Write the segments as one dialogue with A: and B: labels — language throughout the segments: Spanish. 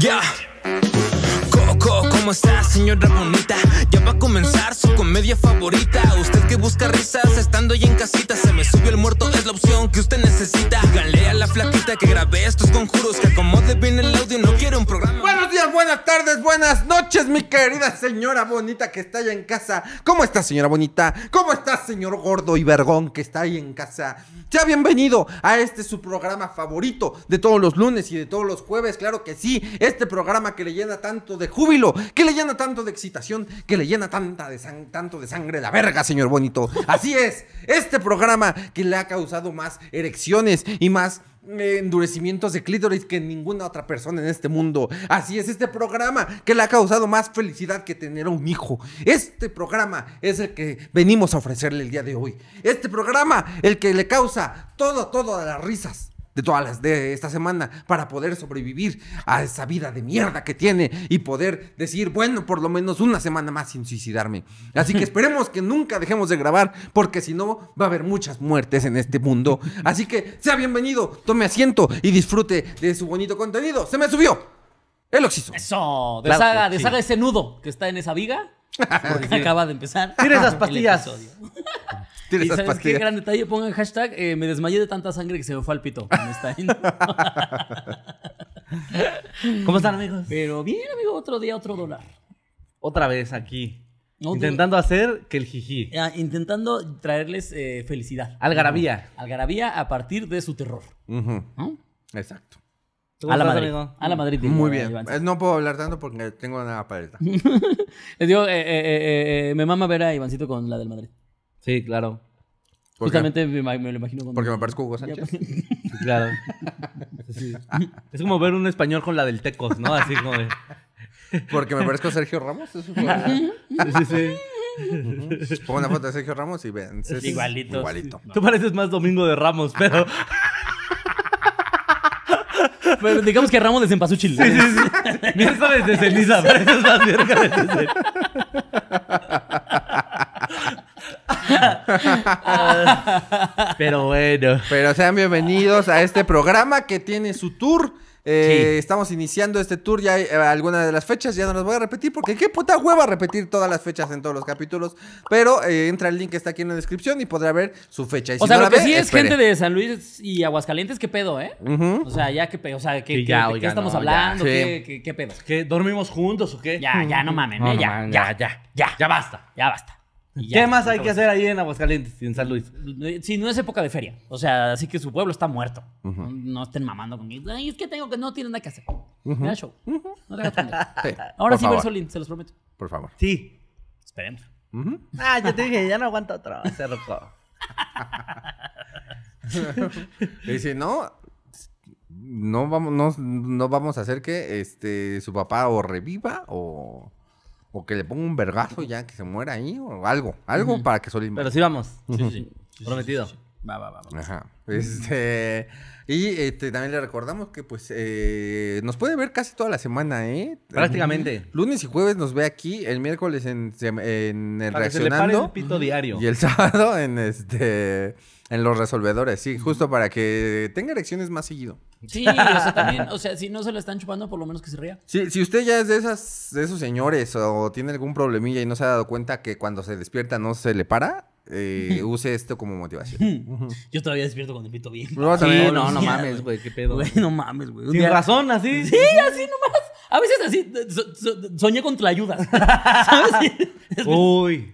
A: Ya. Coco, ¿cómo está, señora bonita? Ya va a comenzar su comedia favorita. Usted que busca risas estando ya en casita. Se me subió el muerto, es la opción que usted necesita. Galea la flaquita que grabé estos conjuros. Que acomode bien el audio, no quiero un programa.
B: Buenos días, buenas tardes, buenas noches, mi querida señora bonita que está allá en casa. ¿Cómo está, señora bonita? ¿Cómo está, señor gordo y vergón que está ahí en casa? Sea bienvenido a este su programa favorito de todos los lunes y de todos los jueves, claro que sí. Este programa que le llena tanto de júbilo, que le llena tanto de excitación, que le llena tanta de san- tanto de sangre la verga, señor bonito. Así es, este programa que le ha causado más erecciones y más eh, endurecimientos de clítoris que ninguna otra persona en este mundo. Así es este programa que le ha causado más felicidad que tener un hijo. Este programa es el que venimos a ofrecerle el día de hoy. Este programa el que le causa todo, todas las risas de todas las de esta semana para poder sobrevivir a esa vida de mierda que tiene y poder decir, bueno, por lo menos una semana más sin suicidarme. Así que esperemos que nunca dejemos de grabar porque si no va a haber muchas muertes en este mundo. Así que sea bienvenido, tome asiento y disfrute de su bonito contenido. Se me subió el oxiso.
C: Eso,
D: Claro
C: deshaga,
B: eh,
D: que sí.
C: deshaga ese nudo que está en esa viga. Porque acaba de empezar.
D: Tira esas
C: el
D: pastillas.
C: episodio.
B: Tiene
C: Y
B: esas
C: sabes qué
B: pastillas.
C: gran detalle, pongan hashtag, eh, me desmayé de tanta sangre que se me fue al pito. cuando está en-
D: ¿Cómo están, amigos?
C: Pero bien, amigo, otro día, otro dólar.
D: Otra vez aquí.
C: No,
D: intentando hacer que el jiji.
C: Ah, intentando traerles eh, felicidad.
D: Algarabía.
C: Algarabía a partir de su terror.
B: Ujú,
C: ¿no?
B: Exacto.
D: ¿Cómo
C: A la
D: estás,
C: Madrid.
D: amigo?
C: A la Madrid. digo,
B: Muy
C: eh,
B: bien.
C: Iván.
B: Eh, No puedo hablar tanto porque tengo una paleta.
C: Les digo, eh, eh, eh, eh, me mama ver a Ivancito con la del Madrid.
D: Sí, claro.
B: ¿Por qué?
C: Justamente me, ma- me lo imagino con. pues,
B: Porque me parezco a Hugo Sánchez.
D: Sí, claro. Sí. Es como ver un español con la del Tecos, ¿no? Así como. de-
B: Porque me parezco a Sergio Ramos. Eso fue-
D: Sí, sí, sí.
B: Pongo una foto de Sergio Ramos y vean. es- es
C: Igualito.
B: Igualito.
D: Tú pareces más Domingo de Ramos, pero.
C: Pero pues, digamos que Ramos de Cempasúchil.
D: Sí, sí, sí. Miércoles de ceniza, pareces más miércoles de ceniza. Pero bueno.
B: Pero sean bienvenidos a este programa que tiene su tour. Eh, Estamos iniciando este tour ya eh, algunas de las fechas, ya no las voy a repetir porque qué puta hueva repetir todas las fechas en todos los capítulos. Pero eh, entra el link que está aquí en la descripción y podrá ver su fecha. Y si
C: o sea,
B: no
C: lo
B: la
C: que
B: ve,
C: sí es
B: espere.
C: gente de San Luis y Aguascalientes, qué pedo, ¿eh?
B: Ujú.
C: O sea, ya qué pedo, o sea, qué,
D: Sí, ya,
C: qué- de
D: oiga,
C: qué estamos
D: no,
C: hablando,
B: ya, sí.
C: ¿Qué, qué, qué pedo.
D: ¿Qué? ¿Dormimos juntos o qué?
C: Ya, ya, no mamen,
D: No,
C: ¿eh?
D: no
C: ya,
D: mamen,
C: ya,
D: ya, ya,
C: ya,
D: ya basta.
C: ya basta. Y ya.
D: ¿Qué más hay que hacer ahí en Aguascalientes y en San Luis?
C: Sí, no es época de feria. O sea, así que su pueblo está muerto. No- No estén mamando conmigo. Ay, es que tengo que no tienen nada que hacer. Me da show. No te hagas pendejo.
B: Sí,
C: Ahora
B: por
C: sí,
B: favor,
C: Versolín, se los prometo.
B: Por favor.
D: Sí.
C: Esperemos.
B: Ujú.
D: Ah, yo te dije, ya no aguanto otro. Se roco.
B: Y si no, no vamos, no, no vamos a hacer que este su papá o reviva o, o que le ponga un vergazo ya que se muera ahí o algo. Algo para que Solín
D: Pero sí vamos.
C: Sí, sí, sí. Sí,
D: Prometido.
C: sí, sí. Va, va, va. va.
B: Ajá. Este, y este, también le recordamos que pues eh, nos puede ver casi toda la semana, ¿eh?
D: Prácticamente.
B: Lunes y jueves nos ve aquí, el miércoles en, se- en el
D: Para que se le pare el
B: reaccionando
D: pito diario.
B: y el sábado en este en los resolvedores, sí, justo para que tenga erecciones más seguido.
C: Sí, o sea, también, o sea, si no se la están chupando, por lo menos que se ría.
B: Sí, si usted ya es de esas de esos señores o tiene algún problemilla y no se ha dado cuenta que cuando se despierta no se le para, eh, use esto como motivación.
C: Yo todavía despierto con el pito bien.
B: No,
D: Sí,
B: también-
D: no, no
C: Sí,
D: mames, güey, qué pedo.
C: Güey, no mames, güey. Un
D: Sin
C: día-
D: razón, así.
C: Sí, así nomás. A veces así so- so- soñé con ayudas. ¿Sabes?
D: Uy.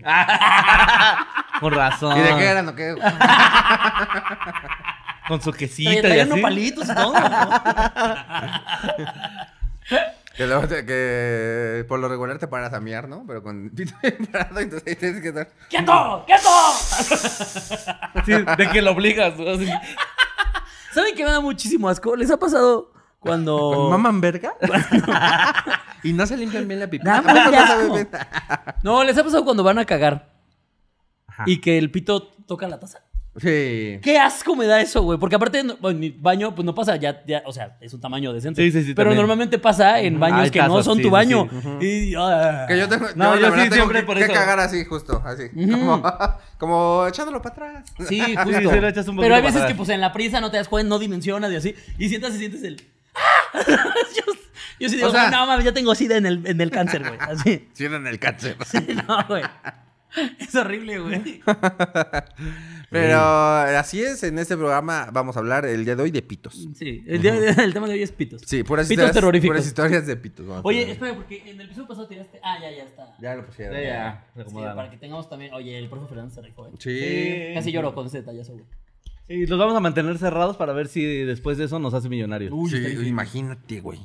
D: Con razón.
B: ¿Y de qué eran o qué?
D: Con su
C: Traía-
D: quesito y
C: traía unos
D: así.
C: palitos y todo. ¿no?
B: Que, luego te- que por lo regular te paras a miar, ¿no? Pero con el pito bien parado, entonces ahí tienes que estar.
C: ¡Quieto! ¡Quieto!
D: Sí, de que lo obligas. ¿no? Así.
C: ¿Saben qué me da muchísimo asco? ¿Les ha pasado cuando.
B: ¿Maman verga? Oh. y no se limpian bien la pipí.
C: Da
B: ¿A poco
C: mucho
B: no sabe
C: asco.
B: bien?
C: No, les ha pasado cuando van a cagar y que el pito toca la taza.
B: Sí.
C: Qué asco me da eso, güey. Porque aparte, no- bueno, mi baño, pues no pasa, ya, ya, o sea, es un tamaño decente.
D: Sí, sí, sí,
C: Pero
D: también.
C: normalmente pasa en baños
D: Hay
C: que no
D: tazas,
C: son
D: sí,
C: tu
D: sí,
C: baño.
D: sí.
C: Y, ah.
B: Que yo tengo, yo, la
D: No, yo sí
B: verdad tengo
D: siempre
B: que,
D: por
B: que
D: eso.
B: cagar así, justo, así. Como, como echándolo para atrás.
C: Sí,
D: Sí,
C: justo.
D: sí, lo echas un
C: Pero hay
D: poquito para
C: veces
D: atrás.
C: que pues en la prisa no te das cuenta, no dimensionas y así. Y sientas y sientes el. ¡Ah! yo, yo sí digo,
B: O sea-
C: "Güey, no mames, ya tengo sida en el, en el cáncer, güey. Así.
B: Cierran el cáncer.
C: Sí, no, güey. Es horrible, güey.
B: Pero así es, en este programa vamos a hablar el día de hoy de pitos.
C: Sí, el, día- el tema de hoy es pitos.
B: Sí, puras
C: Pitos
B: historias,
C: terroríficos.
B: puras historias de pitos. vamos a
C: Oye,
B: poner.
C: espera, porque en el episodio pasado tiraste. Ah, ya, ya está.
B: ya lo pusieron.
D: Ya, ya,
C: Sí, para que tengamos también. Oye, el profe Fernández se rifó, ¿eh?
B: Sí.
C: Casi lloro con Z, ya seguro.
D: Y los vamos a mantener cerrados para ver si después de eso nos hace millonarios.
C: Uh,
B: Uy, sí, imagínate, güey.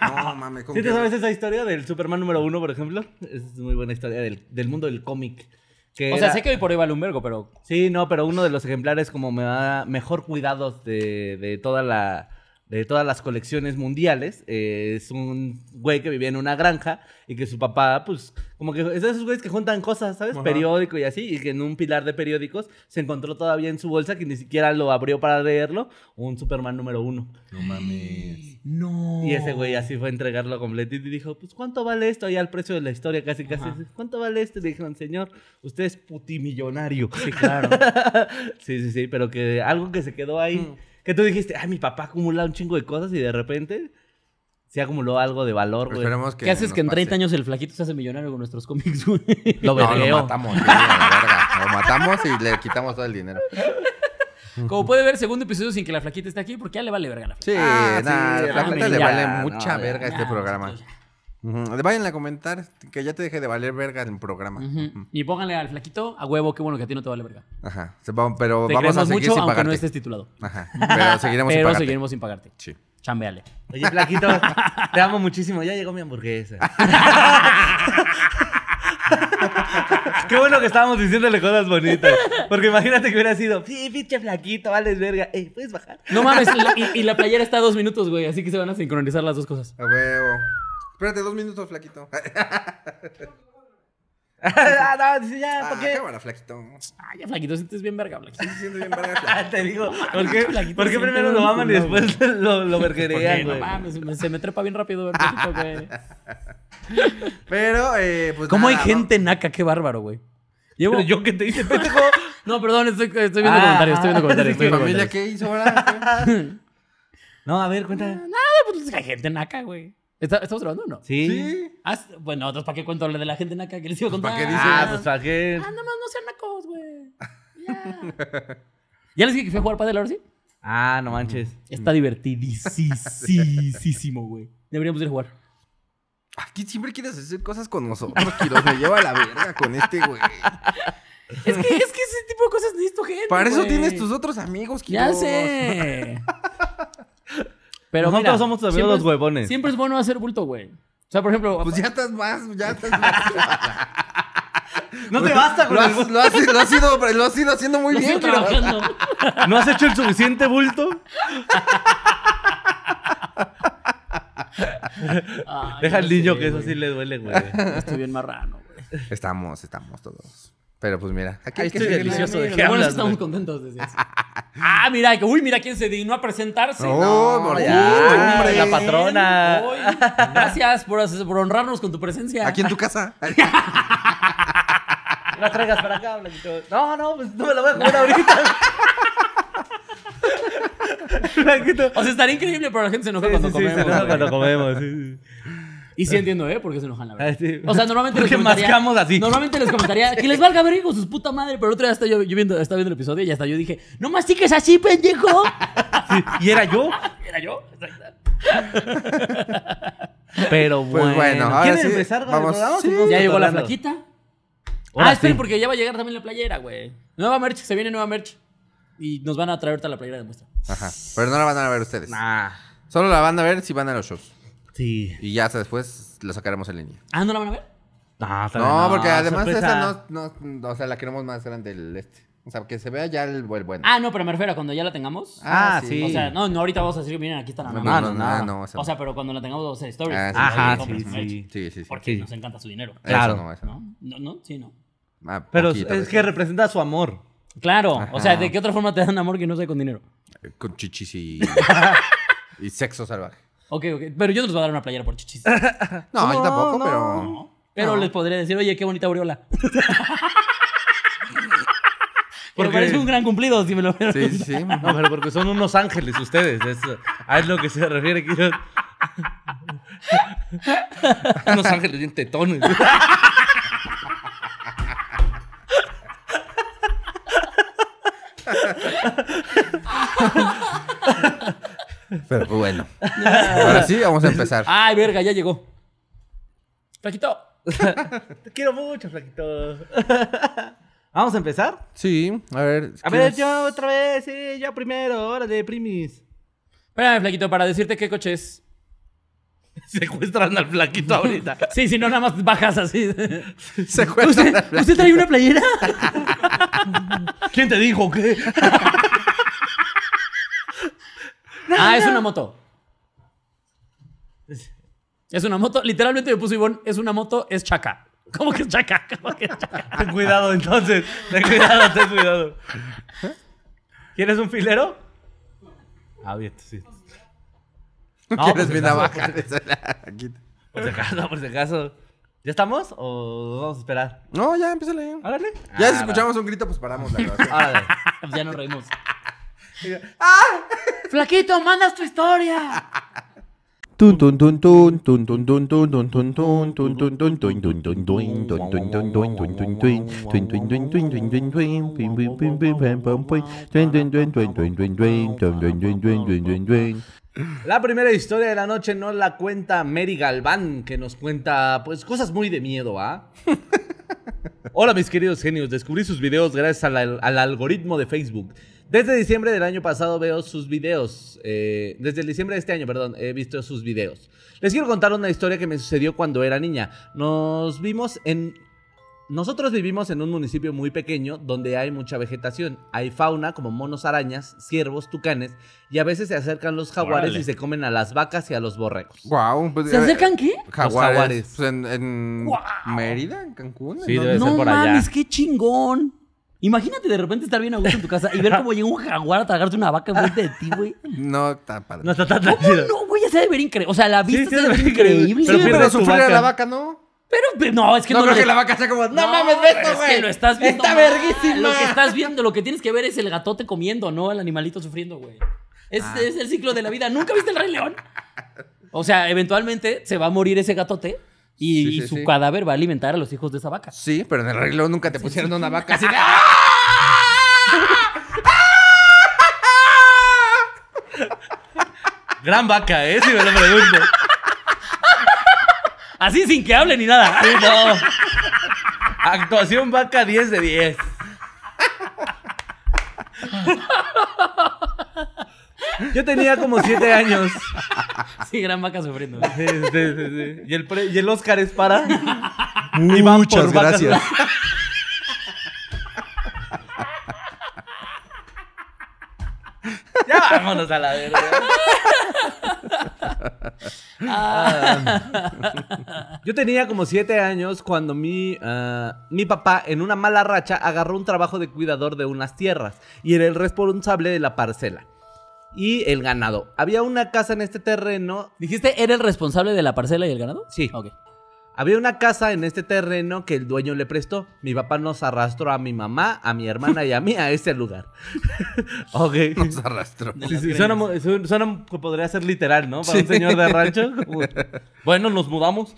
B: No mames, ¿cómo
D: ¿Sí te
B: que-
D: sabes esa historia del Superman número uno, por ejemplo? Es muy buena historia del, del mundo del cómic. que
C: O sea,
D: era-
C: sé que hoy por hoy vale un vergo, pero.
D: Sí, no, pero uno de los ejemplares como me da mejor cuidados de, de toda la de todas las colecciones mundiales eh, es un güey que vivía en una granja y que su papá pues como que es de esos güeyes que juntan cosas sabes periódico y así y que en un pilar de periódicos se encontró todavía en su bolsa que ni siquiera lo abrió para leerlo un Superman número uno
B: No mames.
C: No.
D: y ese güey así fue a entregarlo completito y dijo, pues ¿cuánto vale esto? Ahí al precio de la historia casi casi.
C: Ajá.
D: ¿Cuánto vale esto? Y le dijeron, señor, usted es putimillonario.
C: Sí, claro.
D: sí, sí, sí, pero que algo que se quedó ahí.
C: Mm.
D: Que tú dijiste, ay, mi papá acumula un chingo de cosas y de repente se acumuló algo de valor, güey.
B: Esperemos que
C: ¿Qué haces
B: nos
C: que en 30
B: pase.
C: años el flaquito se hace millonario con nuestros cómics, güey?
D: Lo
B: No,
D: vergueo.
B: lo matamos. sí, a la verga. Lo matamos y le quitamos todo el dinero.
C: Como puede ver, segundo episodio sin que la flaquita esté aquí, porque ya le vale verga la flaquita.
B: Sí,
D: Ah, sí,
B: nah,
D: ya,
B: realmente le
D: ya,
B: vale
D: no,
B: mucha
D: ya,
B: verga este
C: Ya,
B: programa.
C: chicos, ya.
B: Ujú, Vayan a comentar que ya te deje de valer verga el programa.
C: Ujú. Y pónganle al flaquito a huevo, qué bueno que a ti no te vale verga.
B: Ajá. Se va- pero
C: Te
B: Pues vamos a
C: queremos
B: seguir
C: mucho,
B: sin
C: aunque
B: pagarte.
C: no estés titulado.
B: Ajá. Pero seguiremos sin
C: Pero
B: pagarte.
C: seguiremos sin pagarte.
B: Sí.
C: Chambeale.
D: Oye, Flaquito, te amo muchísimo. Ya llegó mi hamburguesa. Qué bueno que estábamos diciéndole cosas bonitas. Porque imagínate que hubiera sido, sí, pinche Flaquito, vales verga. Ey, ¿puedes bajar?
C: No mames, la- y, y la playera está a dos minutos, güey, así que se van a sincronizar las dos cosas.
B: A huevo. Espérate dos minutos, flaquito.
D: ah, no, sí, ya,
B: Ah,
D: ¿por qué?
B: cámara, flaquito. Estoy
C: Ah, ya, flaquito, sientes bien verga, flaquito.
B: siendo bien verga,
D: Ah,
B: flaquito.
D: te digo, ¿por qué,
C: Flaquito
D: por qué
C: siempre
D: primero
C: era
D: lo
C: un
D: aman y
C: culo,
D: después lo, lo verguerean,
C: Porque,
D: güey?
C: no mames, me- se me trepa bien rápido el flaquito, güey.
B: Pero, eh, pues
C: ¿Cómo hay
B: nada, ¿no?
C: gente naca? Qué bárbaro, güey. Llevo...
D: Pero yo que te hice, pendejo.
C: No, perdón, estoy, estoy viendo
D: Ah,
C: comentarios, estoy viendo
D: sí,
C: comentarios. Estoy
B: ¿Mi
C: viendo
B: familia
C: comentarios.
B: qué hizo ahora?
D: No, a ver, cuenta.
C: Nada, pues hay gente naca, güey. ¿Está- ¿Estamos grabando o no?
D: Sí.
B: Sí.
C: Ah, s- bueno, otros para qué cuento lo de la gente naca que les iba a
B: Pues,
C: contar.
B: ¿para qué dices?
D: Ah, pues para qué.
C: Ah, nada más no sean nacos, güey. Ya. ¿Ya les dije que fui a jugar padel ahora sí?
D: Ah, no manches.
C: Está divertidísimo, güey. Deberíamos ir a jugar.
B: Aquí Ah, siempre quieres hacer cosas con nosotros, Quiroz. Me lleva a la verga con este güey.
C: Es que, es que ese tipo de cosas necesito gente.
B: Para eso
C: güey.
B: tienes tus otros amigos, Quiroz.
C: Ya sé. Pero
D: Nosotros
C: mira,
D: somos también
C: siempre
D: los
C: es-
D: huevones.
C: Siempre es bueno hacer bulto, güey. O sea, por ejemplo,
B: Pues ya estás más, ya estás más.
D: No te basta con
B: lo,
D: el
B: has, lo, has, lo, has ido, lo has ido haciendo muy
C: lo
B: bien,
C: estoy
B: Quiroz.
C: trabajando.
D: ¿No has hecho el suficiente bulto?
C: Ay,
D: Deja al
C: no
D: niño
C: sé,
D: que eso
C: güey.
D: sí le duele, güey.
C: Estoy bien marrano, güey.
B: Estamos, estamos todos. Pero pues mira, aquí
D: Ay,
B: hay que
D: estoy
B: seguirle.
D: delicioso. ¿de
C: Lo
D: qué
C: bueno es
D: hablas,
C: que estamos
D: güey?
C: contentos desde eso. Ah, mira, que uy, mira quién se dignó a presentarse.
B: No, Oh, por
D: ya,
B: favor, hombre.
D: la patrona.
C: Uy, gracias por, hacer- por honrarnos con tu presencia.
B: Aquí en tu casa.
D: No traigas para acá, Blanquito. No, no, pues no me la voy a comer ahorita. Blanquito.
C: O sea, estaría increíble, pero la gente se enoja cuando comemos.
D: se enoja
C: güey.
D: cuando comemos. sí, sí.
C: Y sí entiendo, ¿eh? Porque se enojan, la verdad.
D: Ah, sí.
C: O sea, normalmente
D: Porque
C: comentaría-
D: mascamos así.
C: Normalmente les comentaría que les valga ver con sus puta madre, pero el otro día estaba yo, yo viendo, estaba viendo el episodio y hasta yo dije, no mastiques así, pendejo.
D: Sí, Y era yo.
C: Era yo.
D: Pero bueno.
B: Pues bueno, ahora
D: ¿Quieren
B: sí,
D: empezar con
B: vamos-
D: el programa?
B: sí.
D: Supongo que
C: Ya llegó la
D: hablando.
C: flaquita.
D: Ahora
C: ah, esperen,
D: sí.
C: porque ya va a llegar también la playera, güey. Nueva merch, se viene nueva merch. Y nos van a traer ahorita la playera de muestra.
B: Ajá. Pero no la van a ver ustedes.
D: Nah.
B: Solo la van a ver si van a los shows.
D: Sí.
B: Y ya hasta después la sacaremos en línea.
C: Ah, ¿no la van a ver?
D: Nah, todavía
B: No, porque además
D: sorpresa.
B: esa no, no, o sea, la queremos más grande el este. O sea, que se vea ya el, el bueno.
C: Ah, no, pero me refiero a cuando ya la tengamos.
D: Ah, sí.
C: O sea, no, no, ahorita vamos a decir, miren, aquí está la
B: No,
C: nueva.
B: no,
C: merch.
B: no, no, no, o sea,
C: o sea, pero cuando la tengamos vamos a hacer stories.
B: Ah, sí,
D: Ajá,
C: Compren
D: sí,
C: su merch.
D: sí.
B: Sí, sí, sí. Ah.
C: Porque
D: Sí.
C: nos encanta su dinero.
D: claro.
B: Eso no, eso no.
C: ¿No? ¿No? ¿No? Sí, no.
B: Ah,
D: Pero
B: poquito,
D: es
B: eso.
D: que representa su amor.
C: Claro, o sea,
B: Ajá.
C: ¿de qué otra forma te dan amor que no sea con dinero?
B: eh, Con chichis y... y sexo salvaje.
C: Ok, ok, pero yo no les voy a dar una playera por chichis.
B: No, yo
D: No,
B: tampoco,
D: no.
B: pero...
C: Pero les podría decir, oye, qué bonita aureola.
D: ¿Por
C: Porque
D: qué?
C: parece un gran cumplido si me lo
B: Sí, sí, sí.
D: No, pero porque son unos ángeles ustedes. Es, a es lo que se refiere. Quiroz. Unos ángeles bien tetones.
B: Pero bueno. Ahora sí, vamos a empezar.
C: Ay, verga, ya llegó. Paquito.
D: Te quiero mucho, flaquito. Vamos a empezar.
B: Sí, a ver.
D: A ver, yo otra vez, sí, yo primero, órale, primis.
C: Espérame, Flaquito, para decirte qué coche es.
D: Secuestran al flaquito ahorita.
C: Sí, si no, nada más bajas así.
B: Se
C: ¿Usted, ¿usted trae una playera?
D: ¿Quién te dijo qué?
C: Ah, es una moto. Es una moto. Literalmente me puso Ivonne, es una moto, es chaca. ¿Cómo que es chaca? ¿Cómo que es chaca?
D: Ten cuidado entonces. Ten cuidado, ten cuidado. ¿Quieres un filero? Ah, bien, sí. No, pues,
B: ¿Quieres
D: por
B: mi
D: si acaso,
B: navaja?
D: Por si acaso, por si acaso. ¿Ya estamos o vamos a esperar?
B: No, ya, empízale.
D: Árale.
B: Ya si
D: Ah,
B: escuchamos un grito, pues paramos la
D: va.
B: grabación.
D: Árale.
C: ya nos reímos. Flaquito, mandas tu historia.
B: Tun, tun, tun, tun, tun, tun, tun, tun, tun, tun, tun, tun, tun, tun, tun, tun, tun, tun, tun, tun, tun, tun, tun, tun, tun. Tun, tun, tun, tun, tun, tun, tun. Pim, pim, pim, pim, pam, pam, pum. Tun, tun, tun, tun, tun, tun, tun. Tun, tun, tun, tun, tun, tun, tun.
D: La primera historia de la noche nos la cuenta Mary Galván, que nos cuenta pues cosas muy de miedo, ¿ah? Hola mis queridos genios, descubrí sus videos gracias al, al- al algoritmo de Facebook. Desde diciembre del año pasado veo sus videos, eh, desde el diciembre de este año, perdón, he visto sus videos. Les quiero contar una historia que me sucedió cuando era niña. Nos vimos en nosotros vivimos en un municipio muy pequeño donde hay mucha vegetación. Hay fauna como monos arañas, ciervos, tucanes y a veces se acercan los jaguares
C: Órale.
D: y se comen a las vacas y a los borregos.
B: Guau, pues,
C: ¿Se
B: eh,
C: acercan qué?
B: Jaguares.
D: jaguares.
B: Pues en, en
C: Guau.
B: Mérida, en Cancún.
D: Sí,
B: ¿en
D: debe
B: dónde?
D: ser
C: No
D: por allá.
C: mames, qué chingón. Imagínate de repente estar bien a gusto en tu casa y ver cómo llega un jaguar a tragarte una vaca enfrente de ti, güey.
B: No, está padre.
D: No está tan
C: ¿Cómo
D: tranquilo.
C: no, güey? Ya se debe ver increíble. O sea, la vista
D: sí,
C: se
D: se
C: debe
D: ve
C: ver increíble.
D: increíble.
B: Sí,
C: güey.
B: pero
D: pierdes tu
B: sufrir a la
D: vaca.
B: vaca, ¿no?
C: Pero no, es que
B: no,
C: no,
B: creo
C: le-
B: que la vaca sea como, no, mames, ve
C: pero
B: esto,
C: es
B: güey.
C: que lo estás viendo
B: Está
C: mal.
B: verguísima.
C: Lo que estás viendo, lo que tienes que ver es el gatote comiendo, no el animalito sufriendo, güey. Es,
B: Ah.
C: es el ciclo de la vida. ¿Nunca viste el Rey León? O sea, eventualmente se va a morir ese gatote y,
B: Sí, sí,
C: y su
B: sí.
C: cadáver va a alimentar a los hijos de esa vaca.
B: Sí, pero en el reloj nunca te pusieron una vaca así de...
D: Gran vaca, ¿eh? Si me lo pregunto.
C: Así sin que hable ni nada.
D: Sí, no. Actuación vaca 10 de 10. Yo tenía como 7 años.
C: Sí, gran vaca sufriendo.
D: Sí, sí, sí, sí. Y, el pre- y el Oscar es para. Y van
B: Muchas
D: por vacas
B: gracias.
D: Ya vámonos a la verga. Ah. Yo tenía como siete años cuando mi, ah, mi papá, en una mala racha, agarró un trabajo de cuidador de unas tierras y era el responsable de la parcela y el ganado. Había una casa en este terreno
C: ¿Dijiste era el responsable de la parcela y el ganado?
D: Sí.
C: Ok.
D: Había una casa en este terreno que el dueño le prestó. Mi papá nos arrastró a mi mamá, a mi hermana y a mí a ese lugar. ok.
B: Nos arrastró.
D: Sí, sí, suena, mu- su- suena que podría ser literal, ¿no? Para un señor de rancho. como, bueno, nos mudamos.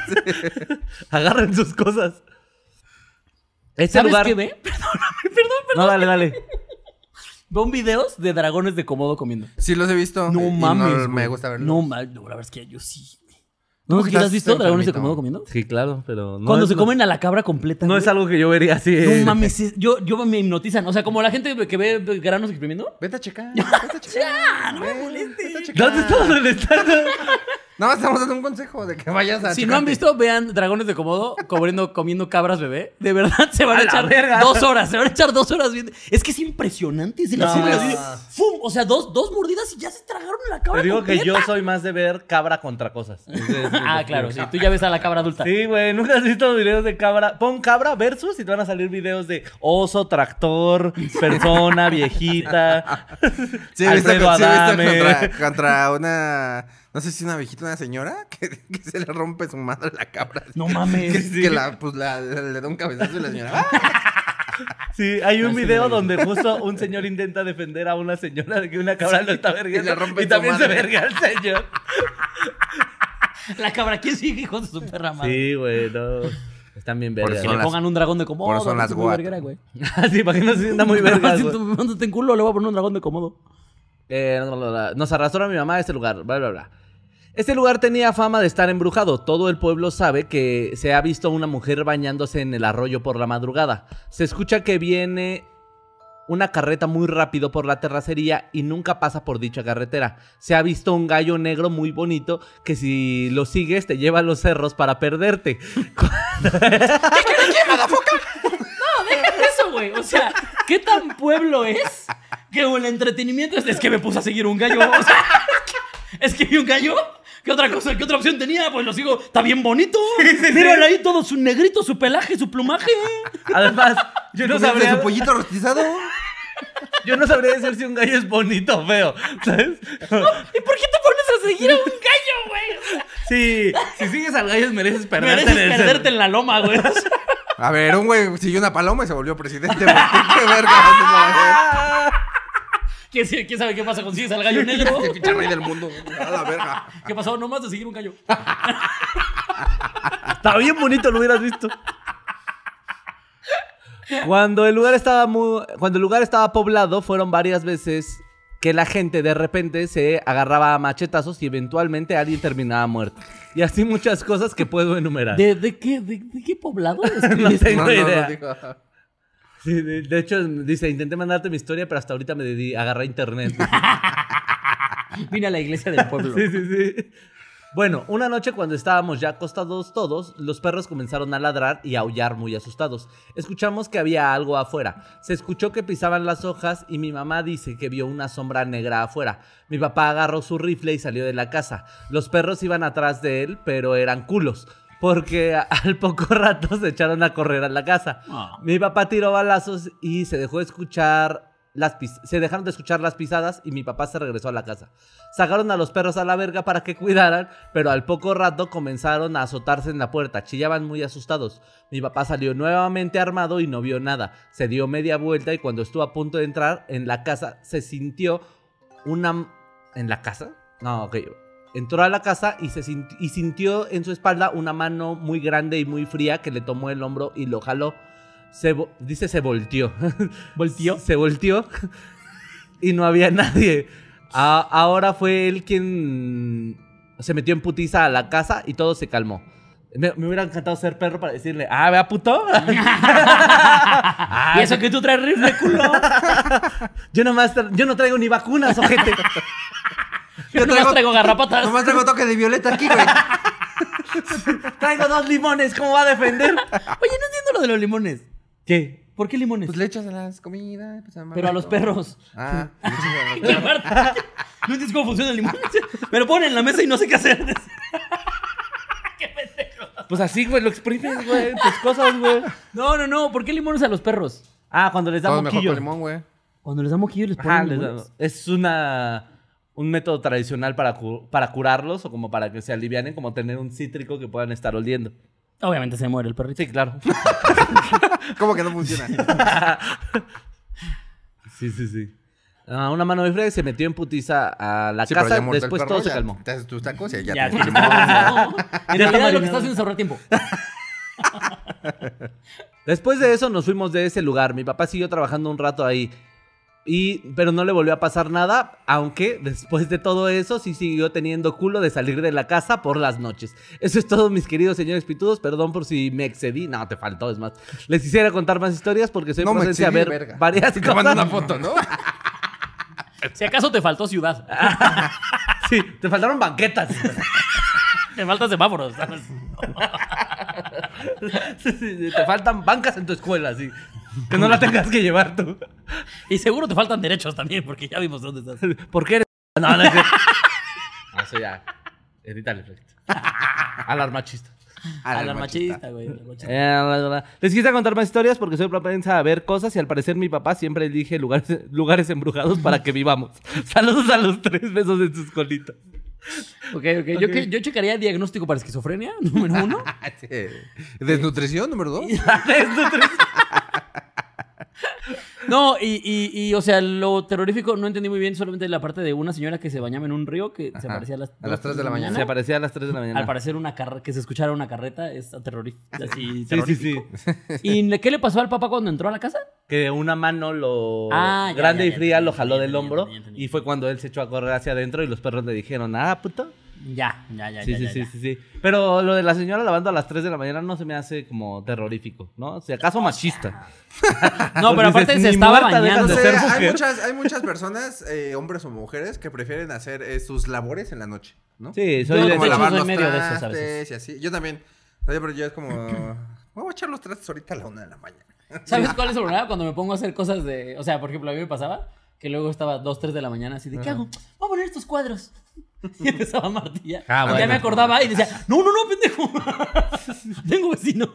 D: Agarren sus cosas. Este
C: ¿Sabes
D: lugar.
C: qué ve? Perdóname, perdón, perdón.
D: No, dale, dale.
C: Veo videos de dragones de comodo comiendo.
B: Sí, los he visto.
C: No
D: Eh,
B: y
C: mames.
B: No me
C: güey.
B: gusta verlo.
C: No mames. No, la verdad es que yo sí. güey. ¿No
B: que
C: ¿sí las
B: estás
C: has visto dragones de
B: enfermito?
C: comodo comiendo?
D: Sí, claro, pero. No
C: Cuando
D: es-
C: se
D: no-
C: comen a la cabra completa.
D: No
C: güey.
D: es algo que yo vería así.
C: No mames, es- yo, yo me hipnotizan. O sea, como la gente que ve granos exprimiendo.
B: Vete a checar. Vete a checar. no me molestes.
D: ¿Dónde estabas en el estado?
B: Nada más estamos dando un consejo de que vayas
D: Ah,
B: a
C: Si no han
B: checarte.
C: visto, vean Dragones de Comodo comiendo, comiendo cabras bebé. De verdad, se van a,
D: A la
C: echar
D: verga.
C: dos horas. Se van a echar dos horas viendo. Es que es impresionante. Es el
D: No.
C: así, así de- ¡Fum! O sea, dos, dos mordidas y ya se tragaron la cabra
D: Te digo
C: completa.
D: que yo soy más de ver cabra contra cosas. Entonces,
C: Ah, claro, sí. Tú ya ves a la cabra adulta.
D: Sí, güey, nunca has visto videos de cabra. Pon cabra versus y te van a salir videos de oso, tractor, persona, viejita.
B: Sí, he visto,
D: Alfredo
B: con- sí, he visto
D: Adame.
B: contra, contra una. No sé si una viejita, una señora, que, que se le rompe su madre la cabra.
C: No mames.
B: Que, que la, pues la, le, le da un cabezazo y la señora. ¡ah!
D: Sí, hay un video donde justo un señor intenta defender a una señora de que una cabra lo está vergueando.
B: le rompe
D: Y,
B: su
D: también se
B: madre.
D: verga al señor.
C: La cabra, ¿quién sigue, hijo de su perra madre?
D: Sí, güey, no. Están bien
B: Por
D: vergas.
C: Que
B: son
C: le
B: las-
C: pongan un dragón de comodo.
B: por eso son
C: no
B: las
C: sé, muy
B: guatas.
C: verguera, güey.
D: sí, para que no se sienta muy vergas,
C: Si
D: güey.
C: tú- Mándate en culo, le voy a poner un dragón de comodo.
D: Eh, bla, bla, bla. nos arrastró a mi mamá a este lugar, bla, bla, bla. Este lugar tenía fama de estar embrujado. Todo el pueblo sabe que se ha visto una mujer bañándose en el arroyo por la madrugada. Se escucha que viene una carreta muy rápido por la terracería y nunca pasa por dicha carretera. Se ha visto un gallo negro muy bonito que si lo sigues te lleva a los cerros para perderte.
C: No, dejen eso, güey. O sea, ¿qué tan pueblo es que el entretenimiento es, es que me puse a seguir un gallo? O sea, es que vi un gallo. ¿Qué otra cosa? ¿Qué otra opción tenía? Pues lo sigo. Está bien bonito. Míralo ahí todo su negrito, su pelaje, su plumaje.
D: Además, yo no
B: ¿Comiste
D: sabría,
B: pues, su pollito rostizado?
D: yo no sabría decir si un gallo es bonito o feo, ¿sabes?
C: ¿Y por qué te pones a seguir a un gallo, güey? O sea,
D: Sí, si sigues al gallo mereces perderte
C: Mereces
D: en el
C: perderte en la loma, güey. O sea,
B: A ver, un güey siguió una paloma y se volvió presidente. güey. ¿Qué verga vas a hacer?
C: ¿Quién, se- quién sabe qué pasa con sigues al gallo negro?
B: Este pinche rey del mundo. güey. A la verga.
C: ¿Qué pasó? No más de seguir un gallo.
D: Está bien bonito, lo hubieras visto. Cuando el lugar estaba mu- cuando el lugar estaba poblado, fueron varias veces que la gente de repente se agarraba a machetazos y eventualmente alguien terminaba muerto. Y así muchas cosas que puedo enumerar.
C: ¿De, de qué, de, de qué poblado?
D: No tengo
B: No, no, no,
D: idea.
B: digo.
D: Sí, de, de hecho, dice, intenté mandarte mi historia, pero hasta ahorita me di- agarré internet.
C: Vine a la iglesia del pueblo.
D: Sí, sí, sí. Bueno, una noche cuando estábamos ya acostados todos, los perros comenzaron a ladrar y a aullar muy asustados. Escuchamos que había algo afuera. Se escuchó que pisaban las hojas y mi mamá dice que vio una sombra negra afuera. Mi papá agarró su rifle y salió de la casa. Los perros iban atrás de él, pero eran culos. Porque a- al poco rato se echaron a correr a la casa.
C: Ah.
D: Mi papá tiró balazos y se dejó de escuchar las pis- se dejaron de escuchar las pisadas y mi papá se regresó a la casa. Sacaron a los perros a la verga para que cuidaran, pero al poco rato comenzaron a azotarse en la puerta, chillaban muy asustados. Mi papá salió nuevamente armado y no vio nada. Se dio media vuelta y cuando estuvo a punto de entrar en la casa se sintió una en la casa? No, ok. Entró a la casa y, se sint- y sintió en su espalda una mano muy grande y muy fría que le tomó el hombro y lo jaló. Se vo- dice se volteó.
C: ¿Volteó?
D: Se volteó y no había nadie. A- ahora fue él quien se metió en putiza a la casa y todo se calmó. Me, me hubiera encantado ser perro para decirle, ah, vea puto.
C: y eso que tú traes rifle, culo.
D: Yo, nomás tra- yo no traigo ni vacunas, ojete.
C: Yo nomás traigo garrapatas.
B: Nomás traigo toque de violeta aquí, güey.
D: traigo dos limones, ¿cómo va a defender?
C: Oye, no entiendo lo de los limones.
D: ¿Qué?
C: ¿Por qué limones?
B: Pues le echas a las comidas. pues,
C: Pero a los perros.
B: Ah, le echas a los
C: ¿Qué parte? No entiendes cómo funciona el limón. Me lo ponen en la mesa y no sé qué hacer.
D: Pues así, güey, lo exprimes, güey, tus cosas, güey.
C: No, no, no. ¿Por qué limones a los perros?
D: Ah, cuando les da
B: Todo mejor
D: moquillo.
B: con limón, güey.
C: Cuando les da moquillo les ponen
D: Ajá, les da-
C: limones.
D: es una un método tradicional para, cu- para curarlos o como para que se alivianen, como tener un cítrico que puedan estar oliendo.
C: Obviamente se muere el perrito.
D: Sí, claro.
B: ¿Cómo que no funciona?
D: sí, sí, sí. Ah, una mano de frío se metió en putiza a la
B: Sí, pero
D: casa,
B: ya muerto el
D: después
B: perro,
D: todo se
B: ya
D: calmó.
B: Te haces tus tacos y ya,
C: Ya,
B: te-
C: no, En
D: Ya está
C: realidad lo que estás
D: marinado.
C: haciendo es ahorrar tiempo.
D: Después de eso nos fuimos de ese lugar. Mi papá siguió trabajando un rato ahí. Y, pero no le volvió a pasar nada, aunque después de todo eso sí siguió teniendo culo de salir de la casa por las noches. Eso es todo, mis queridos señores pitudos. Perdón por si me excedí. No, te faltó, es más. Les quisiera contar más historias porque soy
B: No me
D: propenso a
B: excedí,
D: ver
B: verga.
D: varias
B: Te mando
D: cosas.
B: una foto, ¿no?
C: Si acaso te faltó ciudad.
D: Sí, te faltaron banquetas.
C: Te faltan semáforos. ¿sabes?
D: Sí, sí, sí, te faltan bancas en tu escuela, sí. Que no la tengas que llevar tú.
C: Y seguro te faltan derechos también, porque ya vimos dónde estás.
D: ¿Por qué eres.? No, no es cierto. No, eso ya. Edita el efecto. Alarma chista.
C: Alarma machista, güey. alarma chista.
D: Eh, bla, bla, bla. Les quise contar más historias porque soy propensa a ver cosas y al parecer mi papá siempre elige lugares, lugares embrujados para que vivamos. Saludos a los tres besos en sus colitas.
C: Ok, ok. Yo, que- yo checaría diagnóstico para esquizofrenia, número uno.
B: Sí. Desnutrición, número dos.
D: Es nutrición.
C: No, y, y, y, o sea, lo terrorífico no entendí muy bien, solamente la parte de una señora que se bañaba en un río que se
B: Ajá.
C: aparecía a las,
B: A las 3 de la mañana.
D: Se aparecía a las 3 de la mañana.
C: Al parecer una carre- que se escuchara una carreta es aterrorista. Así,
D: Sí, sí,
C: terrorífico.
D: sí.
C: ¿Y le- qué le pasó al papá cuando entró a la casa?
D: Que una mano lo
C: Ah, ya,
D: grande
C: ya,
D: y
C: ya,
D: fría
C: entendí,
D: lo jaló
C: entendí,
D: del hombro
C: entendí, entendí.
D: y fue cuando él se echó a correr hacia adentro y los perros le dijeron, ah, puto.
C: Ya, ya, ya.
D: Sí,
C: ya,
D: sí,
C: ya,
D: sí,
C: ya.
D: sí, sí. Pero lo de la señora lavando a las 3 de la mañana no se me hace como terrorífico, ¿no? Si acaso machista.
C: No, pero
D: Dices,
C: aparte se
D: "Ni
C: estaba
D: muerta dejas
B: No
C: bañando.
D: de
B: sé,
D: ser
B: hay
D: mujer.
B: muchas, hay muchas personas, eh, hombres o mujeres, que prefieren hacer eh, sus labores en la noche, ¿no?
D: Sí,
C: Yo
D: soy
C: como
D: de-
C: la- soy medio de esos a
B: trastes
C: veces.
B: y así. Yo también. O sea, Pero yo es como. Voy a echar los trastes ahorita a la una de la mañana.
C: ¿Sabes cuál es el problema? Cuando me pongo a hacer cosas de. O sea, por ejemplo, a mí me pasaba que luego estaba 2, 3 de la mañana así de, ¿qué hago? Voy a poner estos cuadros. Y empezaba a martillar.
D: Ah,
C: Y ya
D: bueno.
C: me acordaba y decía, no, no, no, pendejo. Tengo vecinos.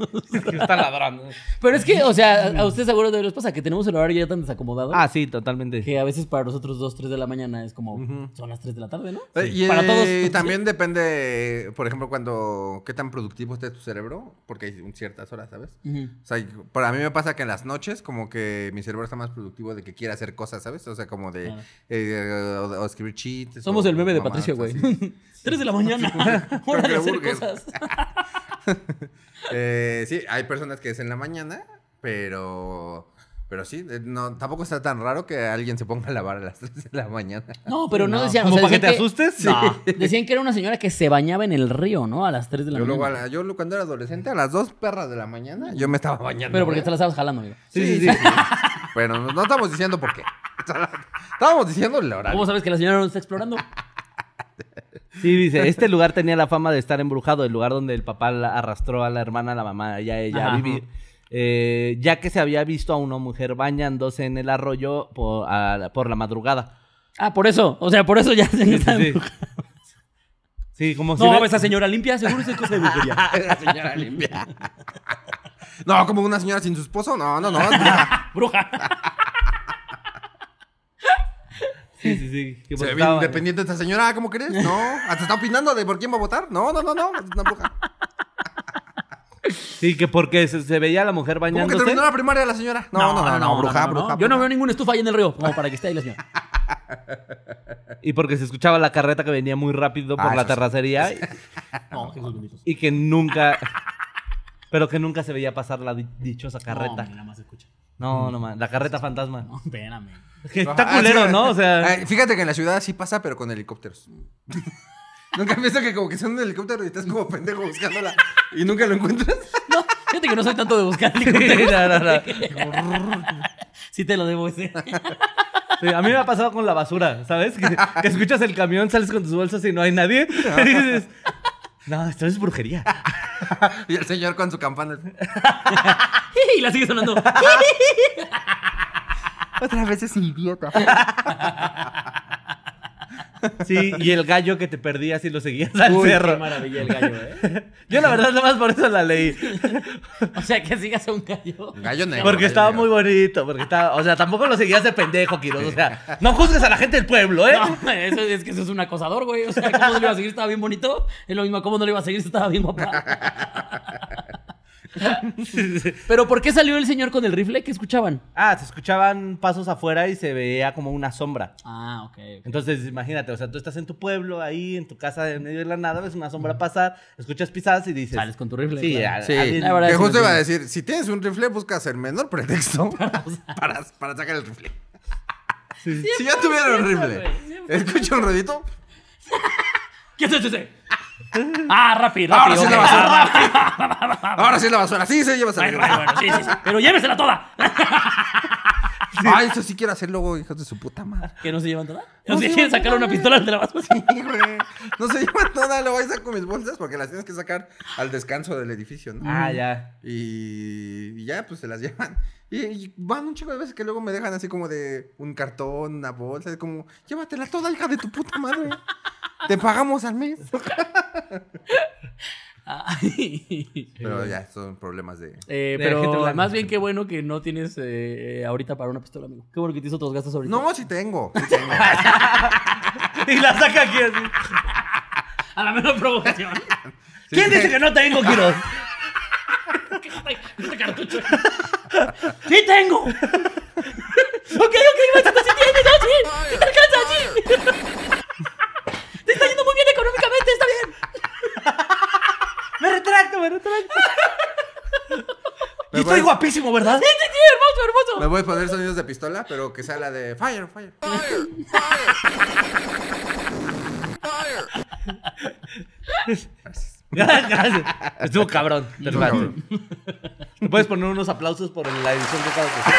D: que está ladrando.
C: Pero es que, o sea, a- a ustedes seguro de les pasa que tenemos el horario ya tan desacomodado.
D: Ah, sí, totalmente.
C: Que a veces para nosotros 2, 3 de la mañana es como, son las 3 de la tarde, ¿no?
B: Eh, Y
C: Para
B: eh,
C: todos.
B: también depende, eh, por ejemplo, cuando qué tan productivo esté tu cerebro, porque hay un- ciertas horas, ¿sabes?
C: Ujú.
B: O sea, y para mí me pasa que en las noches como que mi cerebro está más productivo de que quiere hacer cosas, ¿sabes? O sea, como de
C: Claro.
B: eh, o, o escribir chistes.
C: Somos
B: o
C: el meme de
B: mamadas
C: Patricio,
B: así.
C: güey. 3 de la mañana. Hora de hacer
B: Burger.
C: cosas.
B: Eh, sí, hay personas que es en la mañana, pero... Pero sí, eh, no, tampoco está tan raro que alguien se ponga a lavar a las 3 de la mañana.
C: No, pero no,
D: No.
C: decían.
D: ¿Como para
C: decían
D: que te asustes?
C: No. Decían que era una señora que se bañaba en el río, ¿no? A las 3 de la
B: Yo, luego a
C: mañana.
B: la- yo lo- cuando era adolescente, a las 2 perras de la mañana, yo me estaba bañando.
C: Pero porque
B: güey.
C: te la estabas jalando, amigo.
B: Sí, sí, sí. Pero no, no estamos diciendo por qué. Estábamos diciendo el horario.
C: ¿Cómo sabes que la señora no está explorando?
D: Sí, dice, este lugar tenía la fama de estar embrujado, el lugar donde el papá la- arrastró a la hermana, a la mamá, ya ella
C: Ajá.
D: a vivir. Eh, ya que se había visto a una mujer bañándose en el arroyo por, a la- por la madrugada.
C: Ah, por eso. O sea, por eso ya se
D: Sí, sí, sí. Sí, como si...
C: No,
D: ve-
C: esa señora limpia, seguro esa es cosa de brujería.
B: La señora limpia. No, como una señora sin su esposo. No, no, no. Se
C: Bruja.
D: Sí, sí, sí. que
B: ve bien
D: estaba-
B: independiente esta señora, ¿cómo crees? No. Hasta está opinando de por quién va a votar. No, no, no, no. Es una bruja.
D: Sí, que porque se, se veía a la mujer
B: ¿Cómo que
D: bañándose.
B: terminó la primaria la señora? No, no, no, no, bruja,
C: no, no.
B: bruja.
C: Yo no
B: bruja.
C: veo ninguna estufa ahí en el río. Como para que esté ahí la señora.
D: Y porque se escuchaba la carreta que venía muy rápido por
B: Ah, eso
D: la
B: sí.
D: terracería.
C: No, Jesús bendito.
D: Y que nunca... Pero que nunca se veía pasar la di- dichosa
C: No,
D: carreta.
C: hombre, nada más escucha.
D: No, no, man. La carreta fantasma.
C: No, espérame.
D: Que
B: Ajá,
D: está
B: ah,
D: culero,
B: sí,
D: ¿no? O sea,
B: eh, fíjate que en la ciudad sí pasa, pero con helicópteros. Nunca pienso que como que son un helicóptero y estás como pendejo buscándola y nunca lo encuentras.
C: No, fíjate que no soy tanto de buscar helicópteros.
D: no, no, no.
C: Sí te lo debo ese.
D: Sí, a mí me ha pasado con la basura, ¿sabes? Que, que escuchas el camión, sales con tus bolsas y no hay nadie. Y dices, no, esto es brujería.
B: Y el señor con su campana.
C: Y la sigue sonando.
B: Otra vez es idiota.
D: Sí, y el gallo que te perdías y lo seguías al
C: qué
D: cerro.
C: maravilla el gallo, ¿eh?
D: Yo la verdad nomás por eso la leí.
C: O sea, que sigas a un gallo.
B: Gallo negro.
D: Porque
B: gallo
D: estaba
B: negro.
D: muy bonito, porque estaba, o sea, tampoco lo seguías de pendejo, Quiroz. O sea, no juzgues a la gente del pueblo, ¿eh?
C: No, eso, es que eso es un acosador, güey. O sea, ¿cómo no le iba a seguir? Estaba bien bonito. Es lo mismo, ¿cómo no le iba a seguir? Estaba bien guapa. Pero ¿por qué salió el señor con el rifle? ¿Qué escuchaban?
D: Ah, se escuchaban pasos afuera y se veía como una sombra.
C: Ah, ok.
D: Entonces, imagínate, o sea, tú estás en tu pueblo, ahí, en tu casa, en medio de la nada, ves una sombra pasar, escuchas pisadas y dices...
C: Sales con tu rifle,
D: Sí,
C: claro.
D: a-
B: Sí,
D: alguien-
C: La verdad
B: que
C: sí lo
B: justo iba a
C: tiene.
B: decir, si tienes un rifle, buscas el menor pretexto para, para sacar el rifle. si ya tuviera un
C: cierto,
B: rifle,
C: güey, siempre
B: escucha un ruidito,
C: ¿Qué es ese? Ah, rápido,
B: ahora
C: rápido.
B: sí la
C: ok.
B: basura. ahora sí la basura, sí se lleva a
C: Ay,
B: salir.
C: Ah, bueno, bueno, sí, sí, sí. Pero llévesela toda.
B: Ay, eso sí quiero hacer luego, hijos de su puta madre.
C: ¿Que no se llevan toda?
B: No
C: No
B: se
C: se
B: llevan
C: quieren sacar
B: toda,
C: una
B: güey.
C: pistola de la basura.
B: Sí, güey. No se lleva toda, luego ahí saco mis bolsas porque las tienes que sacar al descanso del edificio, ¿no?
D: Ah, ya.
B: Y, y ya, pues se las llevan. Y, y van un chico de veces que luego me dejan así como de un cartón, una bolsa, es como, llévatela toda, hija de tu puta madre. Te pagamos al mes.
C: Ay.
B: Pero ya, son problemas de.
C: Eh,
D: De gente
C: pero
D: blanca.
C: más bien qué bueno que no tienes eh, ahorita para una pistola, amigo. Qué bueno que te hizo otros gastos ahorita.
B: No, sí tengo. sí tengo.
D: Y la saca aquí así.
C: A la menor provocación.
D: ¿Quién dice que no tengo, Quiroz?
C: Ay, este cartucho. ¡Sí tengo! ok, ok, güey, se está sintiendo, ya, sí. Sí te alcanza, sí. te está yendo muy bien económicamente, está bien.
D: Me retracto, me retracto.
B: Me
D: Y
C: pues
D: estoy
B: voy-
D: guapísimo, ¿verdad?
C: Sí, sí, sí, hermoso,
B: Me
C: hermoso.
B: voy a poner sonidos de pistola, pero que sea la de fire, fire.
D: Gracias. Estuvo cabrón.
B: Estuvo
D: perfecto.
B: cabrón.
D: ¿Me puedes poner unos aplausos por la edición de cada cosa?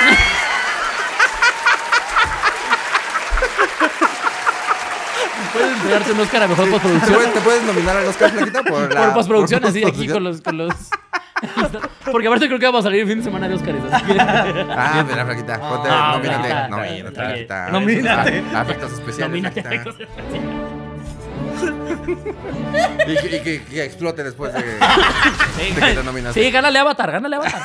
C: Puedes entregarte un Oscar a mejor
B: ¿Te
C: postproducción.
B: puedes, te puedes nominar al Oscar Flaquita por la...
C: Por postproducción,
B: por
C: así, aquí
B: postproducción?
C: con los. Con los... Porque aparte creo que vamos a salir el fin de semana de Oscars. Así que...
B: Ah, mira, Flaquita, ponte,
C: Ah,
B: nomínate, nomínate,
C: Flaquita. Está bien,
B: Flaquita.
C: está bien.
B: Ah, Afectos especiales,
C: Nomínate a
B: Flaquita.
C: Héctor Cervantes.
B: Y, que- y que, que explote después de...
C: Sí,
B: ¿De qué te nominas?
C: Sí, gánale a Avatar, gánale a Avatar.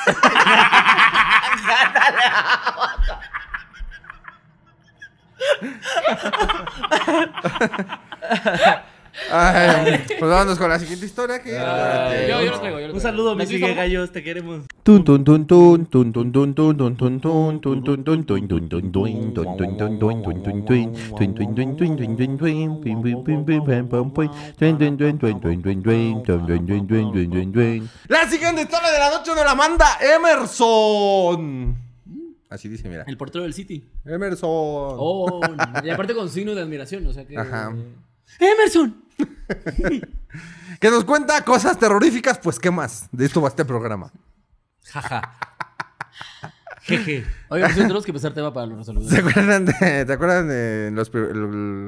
B: Ay, pues vámonos con la siguiente historia que...
C: Yo, yo lo traigo, yo lo traigo.
D: Un saludo,
C: ¿Les
D: Missy
C: gusta?
D: Gallos, te queremos.
E: Tun tun tun tun tun tun tun tun tun tun tun tun tun tun tun tun tun tun tun tun tun tun tun tun tun. Tun tun tun tun tun tun tun. Pim, pim, pim, pim, pam, pam, pum. Tun, tun, tun, tun, tun, tun, tun. Tun, tun, tun, tun, tun, tun, tun.
B: La siguiente historia de la noche nos la manda Emerson. Así dice, mira.
C: El portero del City.
B: Emerson.
C: Oh, no. y aparte con signo de admiración, o sea que.
B: Ajá.
C: ¡Emerson!
B: Que nos cuenta cosas terroríficas, pues qué más. De esto va este programa.
D: Jaja. Jeje.
C: Oye, pues tenemos que empezar tema para los saludos.
B: ¿Se acuerdan de, ¿te acuerdan de los, pri- el-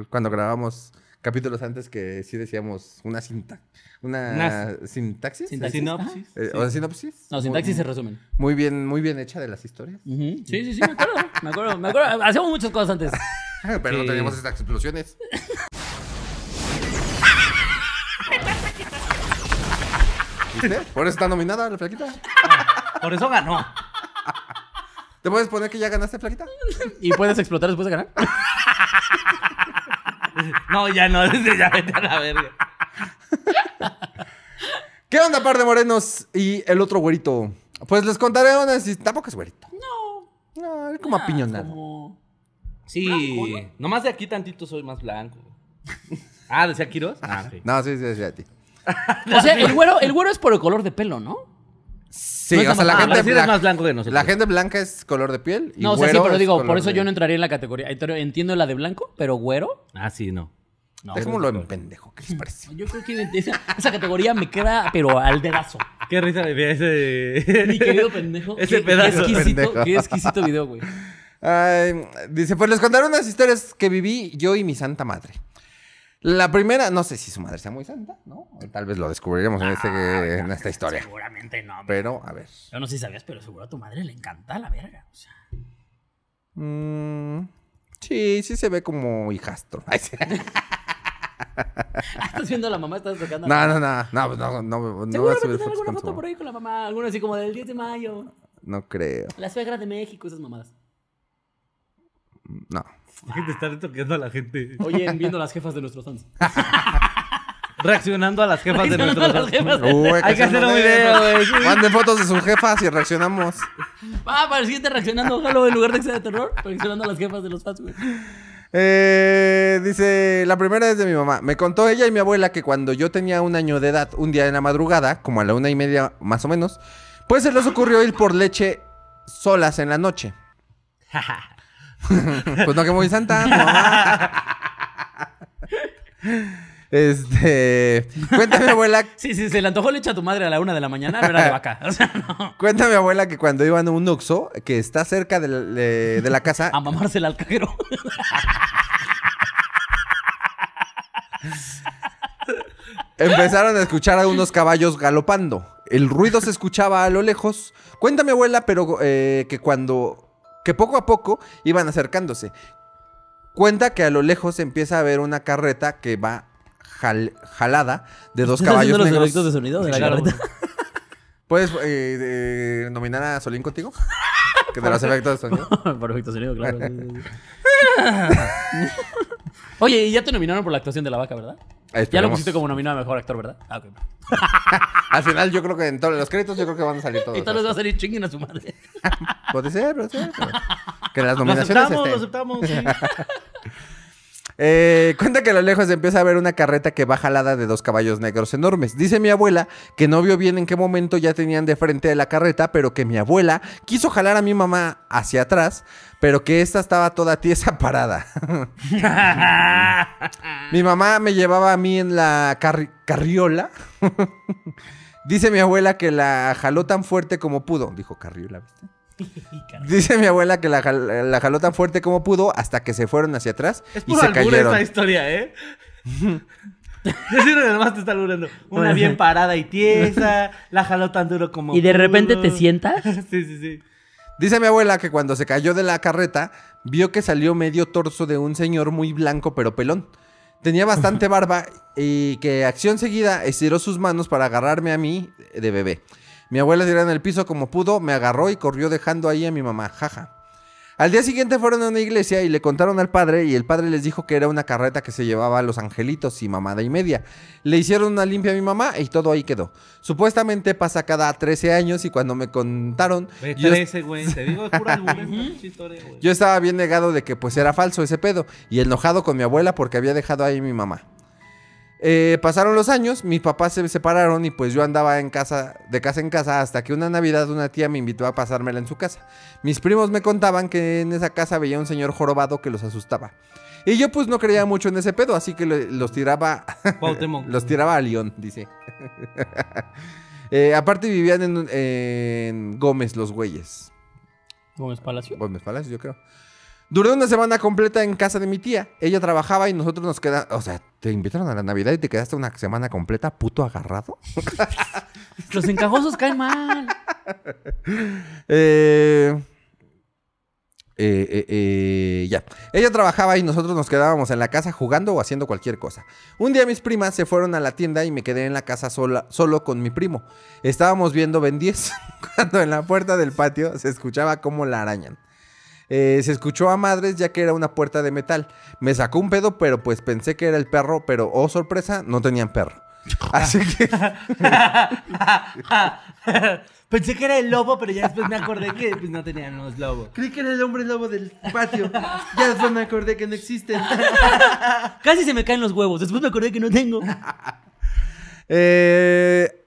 B: el- cuando grabamos capítulos antes que sí decíamos una cinta? Una
D: Unas-
B: sintaxis.
C: Sintaxis. Ah.
D: Sinopsis.
B: Eh, ¿O sinopsis?
C: No, sintaxis se resumen.
B: Muy bien, muy bien hecha de las historias.
C: Sí, sí, sí, me acuerdo. Me acuerdo, me acuerdo. Hacíamos muchas cosas antes.
B: Pero no teníamos estas explosiones. ¿Viste? Por eso está nominada la flaquita.
D: Por eso ganó.
B: ¿Te puedes poner que ya ganaste, flaquita?
C: ¿Y puedes explotar después de ganar?
D: No, ya no, desde ya vete a la verga.
B: ¿Qué onda, par de morenos y el otro güerito? Pues les contaré una... his- Tampoco es güerito.
C: No. Ah,
B: No, es como apiñonado.
C: Como...
D: Sí. Nomás de aquí tantito soy más blanco. Ah, ¿decía Quiroz? Ah, ok.
B: No, sí, sí, sí, a ti.
C: O sea, el güero, el güero es por el color de pelo, ¿no?
B: Sí,
C: No es
B: o sea,
C: nada
B: la
C: más-
B: gente,
D: Ah, pero sí eres
B: blanca-
D: más blanco que nosotros.
B: la gente blanca es color de piel. Y
C: No, o sea, sí,
B: güero
C: pero
B: es
C: digo, por
B: color
C: eso
B: de-
C: yo no entraría en la categoría. Ento- Entiendo la de blanco, pero güero.
D: Ah, sí, no.
C: No,
B: Dejémoslo en pendejo, ¿qué les parece?
C: Yo creo que esa, esa categoría me queda, pero al dedazo.
D: Qué risa me dio ese.
C: Mi querido pendejo.
D: Ese
C: qué-
D: pedazo.
C: Qué exquisito,
B: Pendejo.
C: qué exquisito video, güey.
B: Ay, dice, pues les contaré unas historias que viví yo y mi santa madre. La primera, no sé si su madre sea muy santa, ¿no? Tal vez lo descubriremos en, este- en esta historia.
C: Seguramente no. güey.
B: Pero, a ver.
C: Yo no sé si sabías, pero seguro a tu madre le encanta la verga. O sea,
B: Mm, sí, sí se ve como hijastro. Ay, sí.
C: estás viendo a la mamá, estás sacando.
B: No, no, no. No, no, no, no, no voy a
C: Seguramente
B: subir
C: tiene
B: fotos
C: alguna
B: con
C: foto
B: su-
C: por ahí con la mamá, alguna así como del 10 de mayo,
B: No creo.
C: la suegra de México, esas mamadas.
B: No.
D: Te están toqueando a la gente.
C: Oye, viendo las jefas de nuestros fans.
D: Reaccionando a las jefas de
C: Reaccionando a las
D: nuestros.
C: jefas.
B: Uy, ¿eh?
D: Hay que hacer
B: uno
D: un
B: de
D: video,
B: esos.
D: güey. sí.
B: Manden fotos de sus jefas y reaccionamos.
C: Ah, para el siguiente reaccionando, ojalá en lugar de que sea de terror, reaccionando a las jefas de los fans, güey.
B: Eh, dice, la primera es de mi mamá. Me contó ella y mi abuela que cuando yo tenía un año de edad, un día en la madrugada, como a la una y media más o menos, pues se les ocurrió ir por leche solas en la noche. pues no que muy santa, tu mamá. este, cuenta mi abuela
C: Sí, sí, se le antojó leche a tu madre a la una de la mañana, no era de vaca. O sea, no.
B: Cuenta mi abuela que cuando iban a un Oxxo, que está cerca de la, de- de la casa,
C: A mamársela al cajero.
B: empezaron a escuchar a unos caballos galopando. El ruido se escuchaba a lo lejos. Cuenta mi abuela, pero eh, que cuando... que poco a poco iban acercándose. Cuenta que a lo lejos empieza a ver una carreta que va jal- jalada de dos
C: ¿Estás
B: caballos
C: haciendo los
B: negros.
C: efectos de sonido de la
D: Claro.
C: garganta?
B: ¿Puedes eh, eh, nominar a Solín contigo? Que de los efectos de sonido.
C: Por efecto sonido, claro. Sí, sí, sí. Oye, y ya te nominaron por la actuación de la vaca, ¿verdad? Ya lo
B: Esperemos.
C: pusiste como nominado a mejor actor, ¿verdad? Ah, ok.
B: Al final yo creo que en todos los créditos yo creo que van a salir todos.
C: Y tal vez va a salir chinguen a su madre.
B: Puede ser, puede ser. pero- que las
D: Lo
B: nominaciones
D: aceptamos, lo
B: estén.
D: aceptamos. sí.
B: Eh, cuenta que a lo lejos empieza a ver una carreta que va jalada de dos caballos negros enormes. Dice mi abuela que no vio bien en qué momento ya tenían de frente la carreta, pero que mi abuela quiso jalar a mi mamá hacia atrás, pero que esta estaba toda tiesa parada. mi mamá me llevaba a mí en la carri- carriola. Dice mi abuela que la jaló tan fuerte como pudo. Dijo carriola, ¿viste? Dice mi abuela que la, jal- la jaló tan fuerte como pudo hasta que se fueron hacia atrás
D: Es
B: y
D: pura
B: se
D: albur
B: cayeron.
D: esta historia, ¿eh? Yo sí, además te está alburando. Una bien parada y tiesa, la jaló tan duro como.
C: Y de repente
D: pudo.
C: te sientas.
D: Sí, sí, sí.
B: Dice mi abuela que cuando se cayó de la carreta, vio que salió medio torso de un señor muy blanco pero pelón. Tenía bastante barba y que acción seguida estiró sus manos para agarrarme a mí de bebé. Mi abuela tiró en el piso como pudo, me agarró y corrió dejando ahí a mi mamá, jaja. Al día siguiente fueron a una iglesia y le contaron al padre y el padre les dijo que era una carreta que se llevaba a los angelitos y mamada y media. Le hicieron una limpia a mi mamá y todo ahí quedó. Supuestamente pasa cada 13 años y cuando me contaron...
D: Ve,
B: yo-
D: 13, güey. Te digo, es pura albur esta pinche historia, güey.
B: yo estaba bien negado de que pues era falso ese pedo y enojado con mi abuela porque había dejado ahí mi mamá. Eh, pasaron los años, mis papás se separaron y pues yo andaba en casa, de casa en casa hasta que una Navidad una tía me invitó a pasármela en su casa. Mis primos me contaban que en esa casa veía un señor jorobado que los asustaba. Y yo pues no creía mucho en ese pedo, así que le- los tiraba
D: Cuauhtémoc.
B: los tiraba a León, dice. Eh, aparte vivían en, un- en Gómez los güeyes.
C: Gómez Palacio.
B: Gómez Palacio, Pues, yo creo. Duré una semana completa en casa de mi tía. Ella trabajaba y nosotros nos quedamos. O sea, te invitaron a la Navidad y te quedaste una semana completa puto agarrado.
C: Los encajosos caen mal.
B: Eh, eh, eh, eh, ya. Ella trabajaba y nosotros nos quedábamos en la casa jugando o haciendo cualquier cosa. Un día mis primas se fueron a la tienda y me quedé en la casa sola, solo con mi primo. Estábamos viendo Ben 10 cuando en la puerta del patio se escuchaba cómo la arañan. Eh, se escuchó a madres ya que era una puerta de metal. Me sacó un pedo, pero pues pensé que era el perro, pero oh sorpresa, no tenían perro. Así que
D: Pensé que era el lobo, pero ya después me acordé que pues, no teníamos lobo.
E: Creí que era el hombre lobo del patio. Ya después me acordé que no existen.
C: Casi se me caen los huevos. Después me acordé que no tengo.
B: Eh,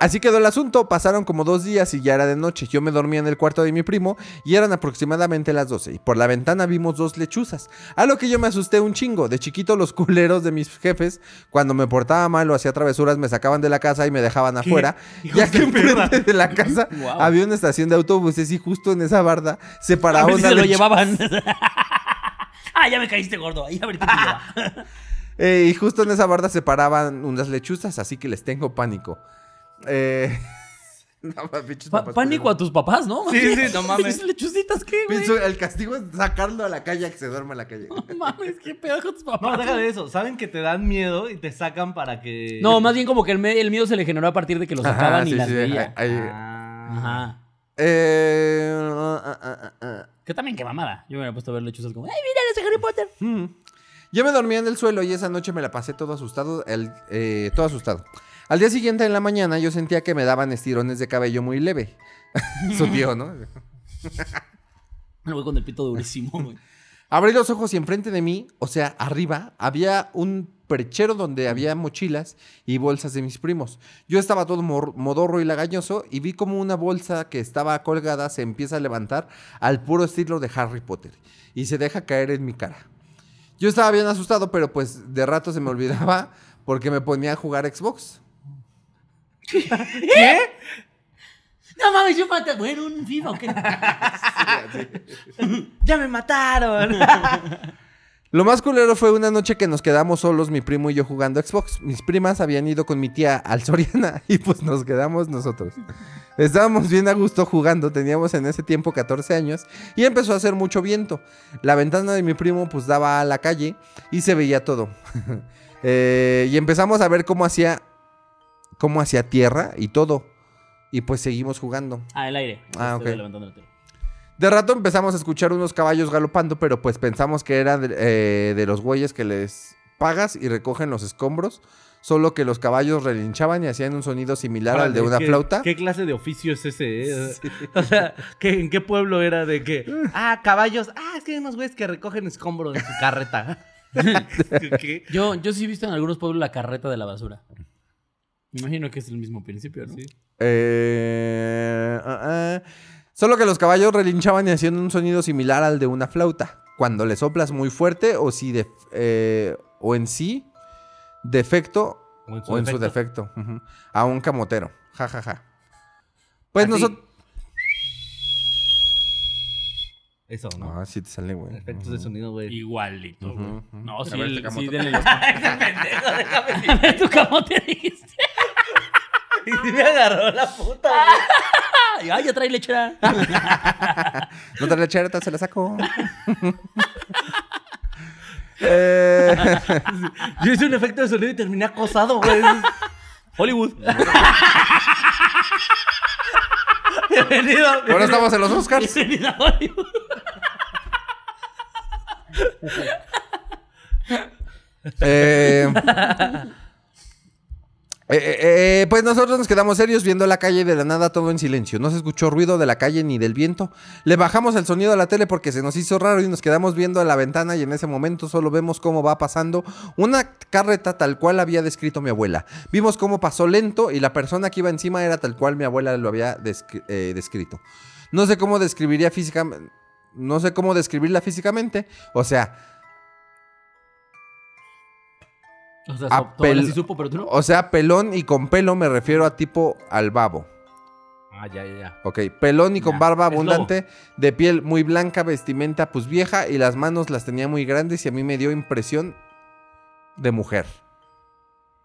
B: así quedó el asunto. Pasaron como dos días y ya era de noche. Yo me dormía en el cuarto de mi primo y eran aproximadamente las 12. Y por la ventana vimos dos lechuzas. A lo que yo me asusté un chingo. De chiquito, los culeros de mis jefes, cuando me portaba mal o hacía travesuras, me sacaban de la casa y me dejaban afuera.
D: Hijos
B: Ya que
D: de perra.
B: enfrente de la casa
C: Guau.
B: había una estación de autobuses y justo en esa barda se paraba
C: A ver si
B: una
C: se lo
B: lechuza.
C: llevaban. ah, ya me caíste gordo. Ahí a ver quién te lleva.
B: Eh, y justo en esa barda se paraban unas lechuzas, así que les tengo pánico. Eh... no, ma, pinches
C: Pa-
B: papas
C: pánico
B: culeras.
C: a tus papás, ¿no?
D: pues Sí, sí, no mames.
C: Esas lechucitas, ¿qué, güey?
B: Pienso, el castigo es sacarlo a la calle a que se duerma en la calle.
C: No mames, qué pedo con tus
D: No,
C: papás.
D: deja de eso. Saben que te dan miedo y te sacan para que.
E: Eh,
C: No, más bien como que el, me- el miedo se le generó a partir de que los sacaban y
B: sí,
C: las
B: sí,
C: veía.
B: ahí- ahí-
D: Ah.
C: Ajá.
B: Eh, ah, ah, ah, ah.
C: Que también qué mamada. Yo me había puesto a ver lechuzas como, ¡ay, mira, ese Harry Potter!
B: Mm. Yo me dormía en el suelo y esa noche me la pasé todo asustado, el- eh, todo asustado. Al día siguiente en la mañana yo sentía que me daban estirones de cabello muy leve. Su tío, ¿no?
C: Me voy con el pito durísimo, güey.
B: Abrí los ojos y enfrente de mí, o sea, arriba, había un perchero donde había mochilas y bolsas de mis primos. Yo estaba todo mor- modorro y lagañoso y vi como una bolsa que estaba colgada se empieza a levantar al puro estilo de Harry Potter y se deja caer en mi cara. Yo estaba bien asustado, pero pues de rato se me olvidaba porque me ponía a jugar Xbox.
C: No mames, yo maté. Bueno, un FIFA, ¿o qué?
D: ¡Ya me mataron!
B: Lo más culero fue una noche que nos quedamos solos, mi primo y yo jugando Xbox. Mis primas habían ido con mi tía al Soriana y pues nos quedamos nosotros. Estábamos bien a gusto jugando, teníamos en ese tiempo 14 años y empezó a hacer mucho viento. La ventana de mi primo pues daba a la calle y se veía todo. Eh, y empezamos a ver cómo hacía, cómo hacía tierra y todo. Y pues seguimos jugando.
C: Ah, el aire.
B: Ah,
C: Estoy
B: ok.
C: levantando la tele.
B: De rato empezamos a escuchar unos caballos galopando, pero pues pensamos que era de, eh, de los güeyes que les pagas y recogen los escombros. solo que los caballos relinchaban y hacían un sonido similar al de
D: Órale,
B: una
D: ¿qué-
B: flauta.
D: ¿Qué clase de oficio es ese? eh? O sea, ¿qué- ¿en qué pueblo era de que,
B: Mm.
D: ah, caballos, ah, es que hay unos güeyes que recogen escombro en su carreta? ¿Qué?
C: Yo, yo sí he visto en algunos pueblos la carreta de la basura. Me imagino que es el mismo principio, ¿no?
B: Eh, ah, ah. Solo que los caballos relinchaban y hacían un sonido similar al de una flauta. Cuando le soplas muy fuerte o si de- eh, o en sí defecto
D: O en
B: o en su defecto ujú, a un camotero. Ja ja ja. Pues
D: Así.
B: nosotros
D: Eso, ¿no?
B: Ah, sí te sale, güey.
D: Efectos de sonido, güey.
C: Igualito, güey. No, sí,
B: A ver,
C: el-
B: este camote.
C: sí, denle los... A ver, tu camote dijiste.
D: Y me agarró la puta,
C: Ay,
D: güey.
C: ay, ya trae lechera.
B: No te la cherta, se la saco. Eh,
D: Yo hice un efecto de sonido y terminé acosado, güey. Hollywood. Bienvenido.
B: ahora estamos en los Oscars.
C: Bienvenida a Hollywood.
B: Eh, eh, eh, eh, pues nosotros nos quedamos serios viendo la calle y de la nada todo en silencio. No se escuchó ruido de la calle ni del viento. Le bajamos el sonido a la tele porque se nos hizo raro y nos quedamos viendo a la ventana y en ese momento solo vemos cómo va pasando una carreta tal cual había descrito mi abuela. Vimos cómo pasó lento y la persona que iba encima era tal cual mi abuela lo había descri- eh, descrito. No sé cómo describiría físicamente. No sé cómo describirla físicamente. O sea,
C: O sea,
B: Apel-
C: todo sí supo, pero tú no.
B: O sea, pelón y con pelo me refiero a tipo al babo.
D: Ah, ya, ya, ya.
B: Ok, pelón y con
D: Ya,
B: barba
D: es lobo.
B: abundante, de piel muy blanca, vestimenta pues vieja y las manos las tenía muy grandes y a mí me dio impresión de mujer.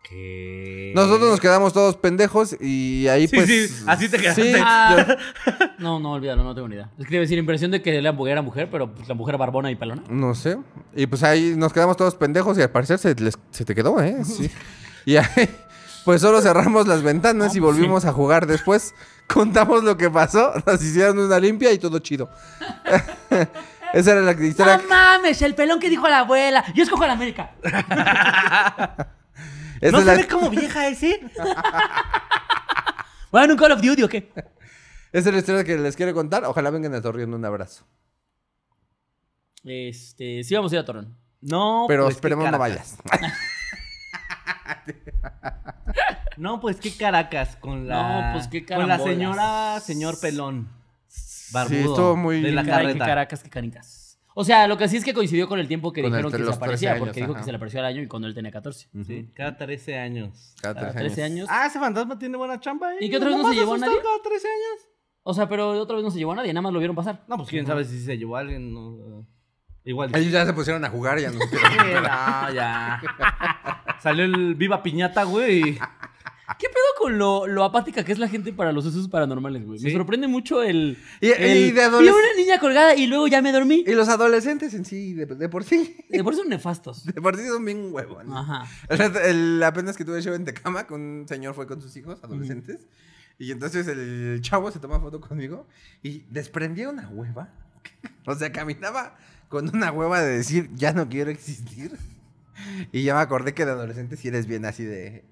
D: ¿Qué?
B: Nosotros nos quedamos todos pendejos y ahí
D: Sí,
B: pues...
D: sí, así te quedaste.
B: Sí,
C: Ah.
B: yo-
C: No, no, olvídalo, no tengo ni idea. Es que iba a decir impresión de que la mujer era mujer, pero pues, la mujer barbona y pelona.
B: No sé. Y pues ahí nos quedamos todos pendejos y al parecer se, les- se te quedó, ¿eh? Sí. Y ahí, pues solo cerramos las ventanas y volvimos a jugar después. Contamos lo que pasó, nos hicieron una limpia y todo chido. Esa era la historia.
C: ¡No mames! El pelón que dijo la abuela. Yo escojo a la América.
B: Esa
D: ¿No
B: es
D: se
B: la-
D: ve como vieja ese?
C: Bueno, un Call of Duty o qué?
B: esa es la historia que les quiero contar. Ojalá vengan a Torreón un abrazo.
C: Este, sí vamos a ir a Torreón.
D: No,
B: Pero
D: pues, qué
B: esperemos no
D: Caracas.
B: vayas.
D: No, pues qué Caracas con la.
C: No, pues, qué
D: Con la
C: carambolas.
D: señor, señor pelón. Barbudo.
B: estuvo muy-
D: De la
B: Qué
C: Caray, qué
D: carreta.
C: Caracas, qué canicas. O sea, lo que sí es que coincidió con el tiempo que
B: Con el-
C: dijeron que
B: los
C: se
B: 13
C: aparecía,
B: años,
C: porque dijo que
B: ajá.
C: se le apareció al año y cuando él tenía 14.
D: Sí, cada 13 años.
B: Cada
C: Cada
B: tres
C: 13 Mm. años.
D: Ah, ese fantasma tiene buena chamba, ¿eh?
C: ¿Y qué otra vez no
D: Nomás
C: se llevó a
D: asustan
C: nadie?
D: cada 13 años?
C: O sea, pero otra vez no se llevó a nadie, nada más lo vieron pasar.
D: No, pues quién sabe si se llevó a alguien. no, eh, Igual.
B: Ellos ya se pusieron a jugar y ya no
D: Sí, no, ya. Salió el Viva Piñata, güey.
C: ¿Qué pedo con lo, lo apática que es la gente para los sucesos paranormales, güey? Me
D: Sí.
C: sorprende mucho el.
B: Y- y
C: el,
B: de
C: Vi
B: adolesc-
C: a una niña colgada y luego ya me dormí.
B: Y los adolescentes en sí, de, de por sí.
C: Eh, Por eso son nefastos.
B: De por sí son bien huevones.
C: Ajá.
B: El, el- apenas que tuve show en Tecama, con un señor fue con sus hijos, adolescentes. Y entonces el chavo se toma foto conmigo y desprendía una hueva. O sea, caminaba con una hueva de decir, ya no quiero existir. Y ya me acordé que de adolescente si eres bien así de...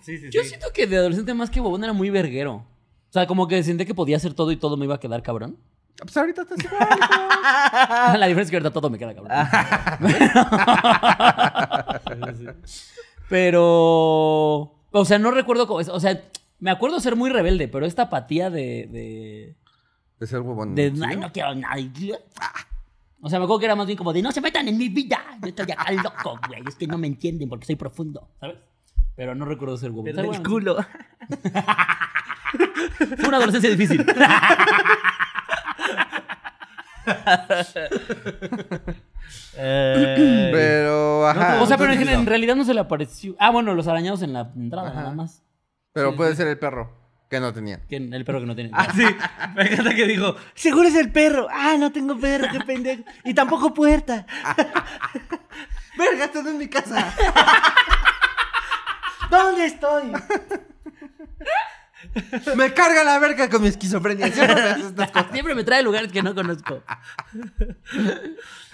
D: Sí, sí,
C: Yo
D: sí.
C: siento que de adolescente más que bobón era muy verguero. O sea, como que sentía que podía hacer todo y todo me iba a quedar cabrón.
B: "Ah, Pues ahorita estás igual, hijo". Ah.
C: La diferencia es que ahorita todo me queda cabrón. Pero. O sea, no recuerdo. cómo- o sea, me acuerdo ser muy rebelde, pero esta apatía de. de.
B: De ser huevón.
C: de,
B: ¿sí?
C: "Ay, no quiero nadie. O sea, me acuerdo que era más bien como de no se metan en mi vida. Yo estoy acá loco, güey. Es que no me entienden porque soy profundo, ¿sabes? Pero no recuerdo ser huevón.
D: Pero
C: Pero
D: el
C: bueno,
D: culo.
C: Fue una adolescencia difícil.
D: Eh,
B: Pero, ajá.
C: Ah, o sea, pero en,
B: entonces,
C: en realidad no se le apareció. Ah, bueno, los arañados en la entrada,
B: Ajá.
C: nada más.
B: Pero puede ser el perro, que no tenía.
C: Que el perro que no tiene.
D: Ah, sí. Me encanta que dijo, seguro es el perro. Ah, no tengo perro, qué pendejo. Y tampoco puerta.
B: ¡Verga, estás en mi casa!
D: ¿Dónde estoy?
B: ¡Me carga la verga con mi esquizofrenia! Siempre me haces estas cosas.
C: Siempre me trae lugares que no conozco.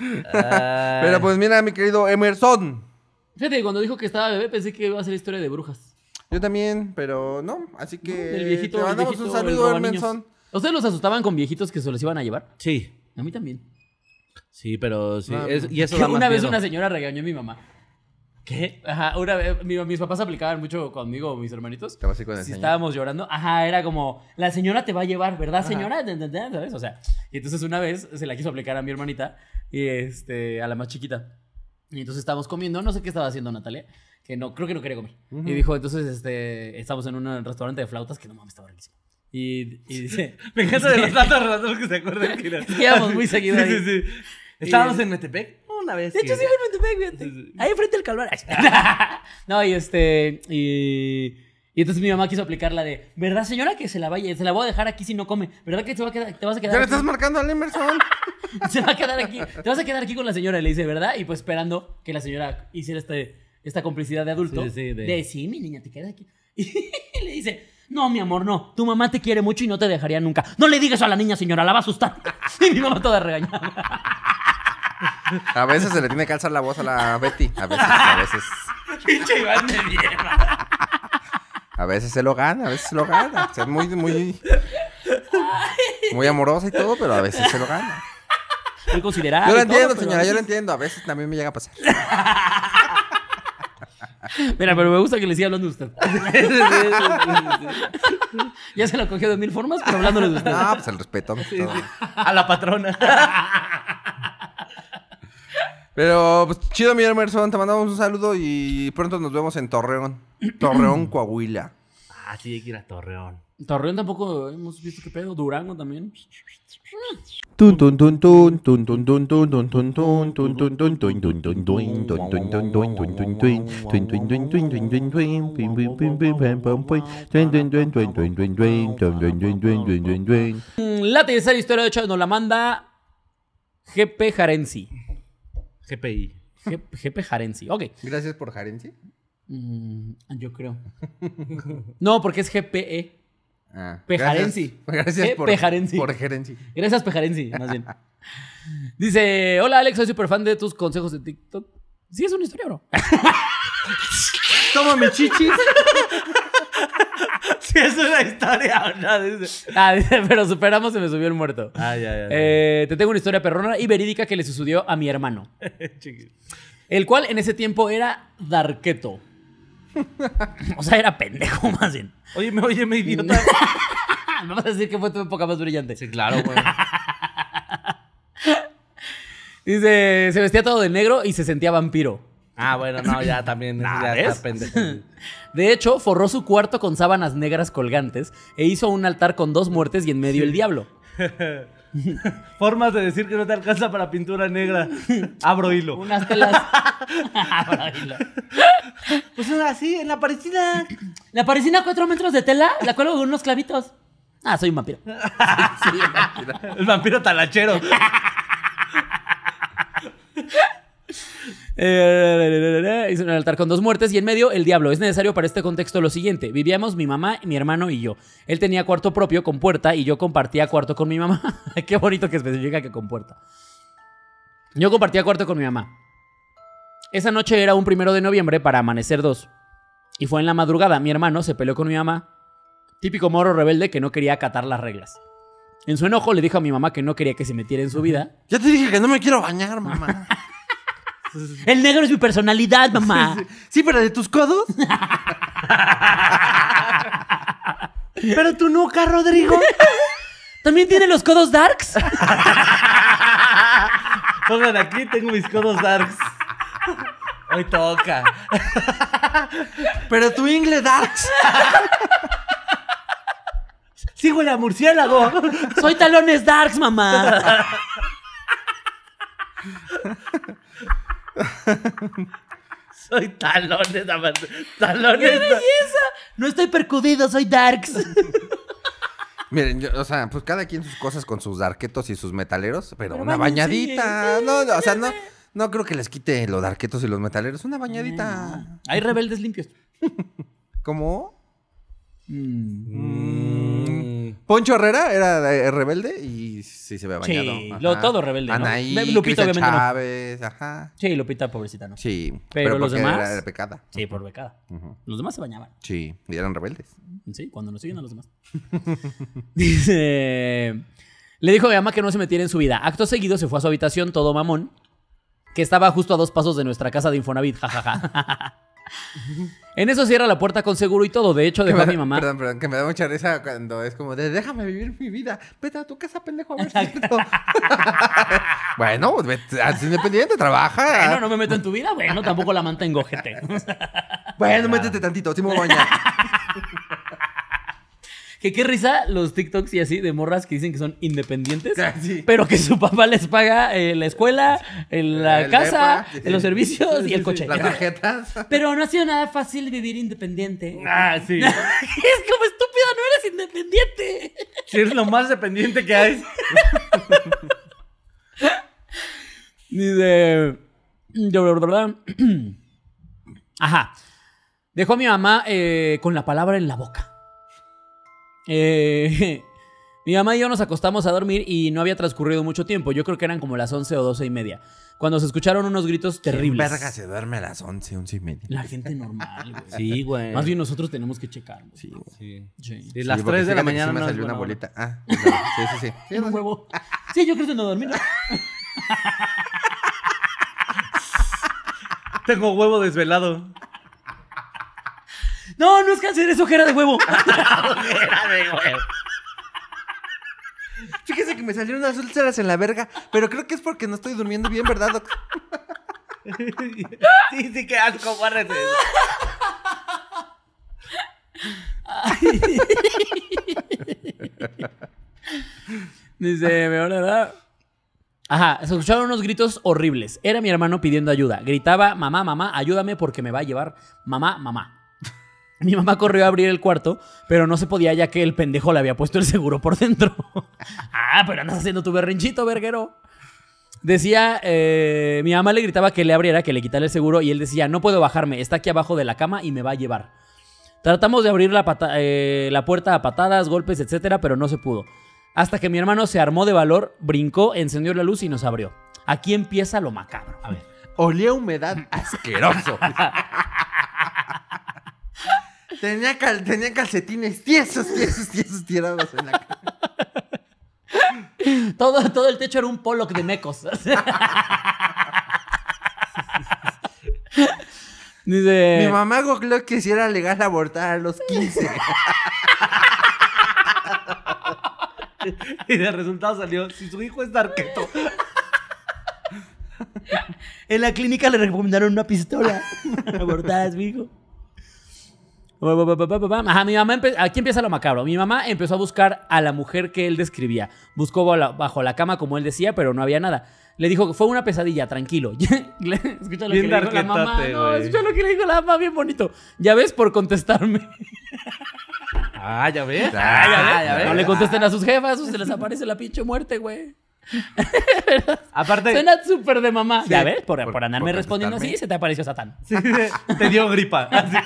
B: Pero pues mira, mi querido Emerson.
C: Fíjate que cuando dijo que estaba bebé pensé que iba a ser historia de brujas.
B: Yo también, pero no. Así que.
C: El viejito.
B: Te
C: el
B: mandamos
C: viejito,
B: un
C: el
B: saludo,
C: robaniños.
B: Hermenson.
C: ¿Ustedes los asustaban con viejitos que se los iban a llevar?
D: Sí,
C: A mí también.
D: sí, pero sí.
B: Ah,
D: es- y eso
C: Que
D: da más
C: una vez
D: miedo.
C: una señora regañó a mi mamá. ¿Qué? Ajá, una vez, mi- mis papás aplicaban mucho conmigo, mis hermanitos.
B: Te vas a ir con el
C: Si
B: señor.
C: estábamos llorando, ajá, era como, la señora te va a llevar, ¿verdad, señora? Ten, ten, ten, ¿Sabes? O sea, y entonces una vez se la quiso aplicar a mi hermanita, y este, a la más chiquita. Y entonces estábamos comiendo, no sé qué estaba haciendo Natalia, que no, creo que no quería comer. Y dijo, entonces, este, estamos en un restaurante de flautas, que no mames, estaba riquísimo. Y, y dice,
D: Me encanta de los datos relatos que se acuerdan. que era-
C: Íbamos muy seguido
D: Sí,
C: ahí.
D: sí, sí. Estábamos en Metepec una vez.
C: De hecho,
D: que-
C: sí, fue en Metepec, fíjate. Ahí frente al calvario. no, y este. Y, y entonces mi mamá quiso aplicar la de, ¿verdad, señora? Que se la vaya, se la voy a dejar aquí si no come. ¿Verdad que te, va a quedar- te vas a
B: Ya le
C: quedar
B: estás
C: aquí?
B: marcando al Emerson.
C: Se va a quedar aquí. Te vas a quedar aquí con la señora. Y le dice, ¿verdad? Y pues esperando que la señora hiciera este, esta complicidad de adulto.
D: Sí, sí,
C: de...
D: de-
C: sí, mi niña, te quedas aquí. Y le dice. No, mi amor, no. Tu mamá te quiere mucho y no te dejaría nunca. No le digas a la niña, señora, la va a asustar. Y mi mamá toda regañada.
B: A veces se le tiene que alzar la voz a la Betty. A veces, a veces.
C: Pinche Iván de mierda.
B: A veces se lo gana, a veces se lo gana. O sea, es muy, muy. Muy amorosa y todo, pero a veces se lo gana.
C: Muy considerada.
B: Yo lo
C: y todo,
B: entiendo,
C: pero
B: señora, yo lo
C: a veces-
B: entiendo. A veces también me llega a pasar.
C: Mira, pero me gusta que le siga hablando de usted. ya se lo cogió de mil formas, pero hablándole de usted.
B: No, pues el respeto. ante todo.
D: A la patrona.
B: Pero, pues chido, mi Emerson. Te mandamos un saludo y pronto nos vemos en Torreón. Torreón, Coahuila.
D: Ah, sí, hay que ir a Torreón.
C: Torreón tampoco hemos visto qué pedo. Durango también.
E: Tun tun tun tun tun tun tun tun tun tun tun tun tun tun tun tun tun tun tun tun tun tun tun tun tun tun tun tun tun tun tun tun pim pim pim pim pam pam pim tun tun tun tun tun tun tun tun tun tun tun tun tun tun
C: Mm, La tercera historia, de hecho, nos la manda GP Jarensi.
D: GPI.
C: G- GP Jarensi, ok.
B: Gracias por Jarensi.
C: Mm, yo creo. No, porque es E. GPE.
B: Ah,
C: Pejarensi.
B: Gracias, gracias
C: Eh,
B: por,
C: Pejarensi.
B: por Gerensi.
C: Gracias, Pejarensi, más bien. Dice, hola Alex, soy súper fan de tus consejos de TikTok. Sí, es una historia, bro.
B: Toma mi chichis.
D: Sí, es una historia. ¿verdad? Dice-
C: Ah, dice, pero superamos, se me subió el muerto.
D: Ah, ya, ya.
C: Eh, te tengo una historia perrona y verídica que le sucedió a mi hermano,
D: Chiqui-
C: el cual en ese tiempo era darqueto. O sea, era pendejo más bien.
D: Óyeme, óyeme, idiota.
C: Ah, Me vas a decir que fue tu época más brillante.
D: Sí, claro, güey.
C: Dice, se vestía todo de negro y se sentía vampiro.
D: Ah, bueno, no, ya también. eso
C: Ah,
D: ya
C: ¿ves?
D: está pendejo.
C: De hecho, forró su cuarto con sábanas negras colgantes e hizo un altar con dos muertes y en medio el diablo.
D: Formas de decir que no te alcanza para pintura negra. Abro hilo.
C: Unas telas. Ahora dilo.
D: Pues así, en la parecida.
C: La parisina cuatro metros de tela, la cuelgo con unos clavitos. Ah, soy un vampiro.
D: El vampiro talachero.
C: Eh, Hizo un altar con dos muertes y en medio el diablo. Es necesario para este contexto lo siguiente. Vivíamos mi mamá, mi hermano y yo. Él tenía cuarto propio con puerta y yo compartía cuarto con mi mamá. Qué bonito que especifica que con puerta. Yo compartía cuarto con mi mamá. Esa noche era un primero de noviembre para amanecer dos. Y fue en la madrugada. Mi hermano se peleó con mi mamá. Típico moro rebelde que no quería acatar las reglas. En su enojo le dijo a mi mamá que no quería que se metiera en su vida.
B: Ya te dije que no me quiero bañar, mamá.
C: El negro es mi personalidad, mamá.
B: Sí, pero de tus codos.
D: Pero tu nuca, Rodrigo.
C: ¿También tiene los codos darks?
D: Pongan aquí, tengo mis codos darks. Hoy toca.
B: Pero tu ingle darks.
D: Sí, huele a murciélago.
C: Soy talones darks, mamá.
D: Soy talones, ama- talones.
C: No estoy percudido, soy darks.
B: Miren, yo, o sea, pues cada quien sus cosas con sus darquetos y sus metaleros, pero,
C: Pero
B: una
C: bañense,
B: bañadita. no, no, o sea, no, no creo que les quite los darquetos y los metaleros. Una bañadita.
C: Hay rebeldes limpios.
B: ¿Cómo?
D: Mm.
B: Poncho Herrera era de- rebelde y sí se ve
C: Sí,
B: bañado. Ajá.
C: lo- todo rebelde, ¿no?
B: Anaí,
C: Me- Lupita,
B: Cristian
C: obviamente, no.
B: Chávez, ajá.
C: Sí, Lupita, pobrecita, ¿no? Sí,
B: Sí.
C: los
B: porque
C: demás-
B: Era de pecada.
C: por becada. Los demás se bañaban.
B: Sí, y eran rebeldes.
C: Sí, cuando nos siguen a los demás. Dice. Le dijo a mi mamá que no se metiera en su vida. Acto seguido se fue a su habitación, todo mamón, que estaba justo a dos pasos de nuestra casa de Infonavit. jajaja. en eso cierra la puerta con seguro y todo. De hecho, dejó a mi mamá.
B: Perdón, perdón, que me da mucha risa cuando es como de déjame vivir mi vida. Vete a tu casa, pendejo, a ver si es cierto". bueno, vete, haz independiente, trabaja.
C: Bueno, no me meto en tu vida, bueno, tampoco la mantengo, gente.
B: Bueno, métete tantito, sí me voy a bañar.
C: que qué risa los TikToks y así de morras que dicen que son independientes,
B: Sí.
C: pero que su papá les paga eh, la escuela, el- la
B: El
C: casa,
B: depa, sí.
C: los servicios y el coche.
B: Las tarjetas.
C: Pero no ha sido nada fácil vivir independiente.
D: Ah, sí.
C: es como estúpida, no eres independiente.
D: Sí, es lo más dependiente que hay.
C: Dice. Ajá. Dejó a mi mamá eh, con la palabra en la boca. Eh, mi mamá y yo nos acostamos a dormir y no había transcurrido mucho tiempo. Yo creo que eran como las 11 o 12 y media. Cuando se escucharon unos gritos terribles.
B: Verga, se duerme a las 11, 11 y media.
C: La gente normal, güey.
D: Sí, güey.
C: Más bien nosotros tenemos que checar. güey.
B: Sí, güey.
D: Sí.
C: Sí.
D: De las
B: Sí, porque
D: 3 de
B: fíjate
D: la
B: que Sí,
D: mañana.
B: me
D: no es
B: salió una
D: buena hora.
B: bolita. Ah, sí, sí, sí. Sí,
C: En un
B: no sé.
C: huevo. Sí, yo creo que no dormí. ¿no?
D: Tengo huevo desvelado.
C: No, no es cáncer, es ojera de huevo.
B: Fíjese que me salieron unas úlceras en la verga, pero creo que es porque no estoy durmiendo bien, ¿verdad, doc?
D: Sí, sí, qué asco, guárrate.
C: Dice, mejor edad. Ajá, se escucharon unos gritos horribles. Era mi hermano pidiendo ayuda. Gritaba, mamá, mamá, ayúdame porque me va a llevar mamá, mamá. Mi mamá corrió a abrir el cuarto, pero no se podía ya que el pendejo le había puesto el seguro por dentro. ah, pero andas haciendo tu berrinchito, verguero. Decía, eh, mi mamá le gritaba que le abriera, que le quitara el seguro y él decía, no puedo bajarme, está aquí abajo de la cama y me va a llevar. Tratamos de abrir la, pata- eh, la puerta a patadas, golpes, etcétera, pero no se pudo. Hasta que mi hermano se armó de valor, brincó, encendió la luz y nos abrió. Aquí empieza lo macabro. A ver.
B: Olía a humedad asqueroso. tenía, cal- tenía calcetines tiesos, tiesos, tiesos tirados en la cama.
C: Todo, todo el techo era un Pollock de mecos. Dice.
B: Mi mamá googleó que si era legal abortar a los 15.
D: Y de resultado salió, si su hijo es darketo.
C: En la clínica le recomendaron una pistola. Abortadas, mijo. Ba, ba, ba, ba, ba, ba. Ajá, mi mamá empe- aquí empieza lo macabro. Mi mamá empezó a buscar a la mujer que él describía. Buscó ba- la- bajo la cama como él decía, pero no había nada. Le dijo, fue una pesadilla, tranquilo. Le- escucha lo
D: Bien
C: que le dijo la mamá.
D: darquetote,
C: No,
D: güey.
C: escucha lo que le dijo la mamá, bien bonito. Ya ves por contestarme.
D: Ah, ya ves.
B: Ah, ya ves.
C: No le contesten a sus jefas, o se les aparece la pinche muerte, güey.
D: Aparte,
C: Suena súper de mamá. ya ves, por,
B: por-
C: por andarme
B: por
C: respondiendo así,
B: contestarme.
C: se te apareció Satán.
D: sí, sí, te dio gripa. Así.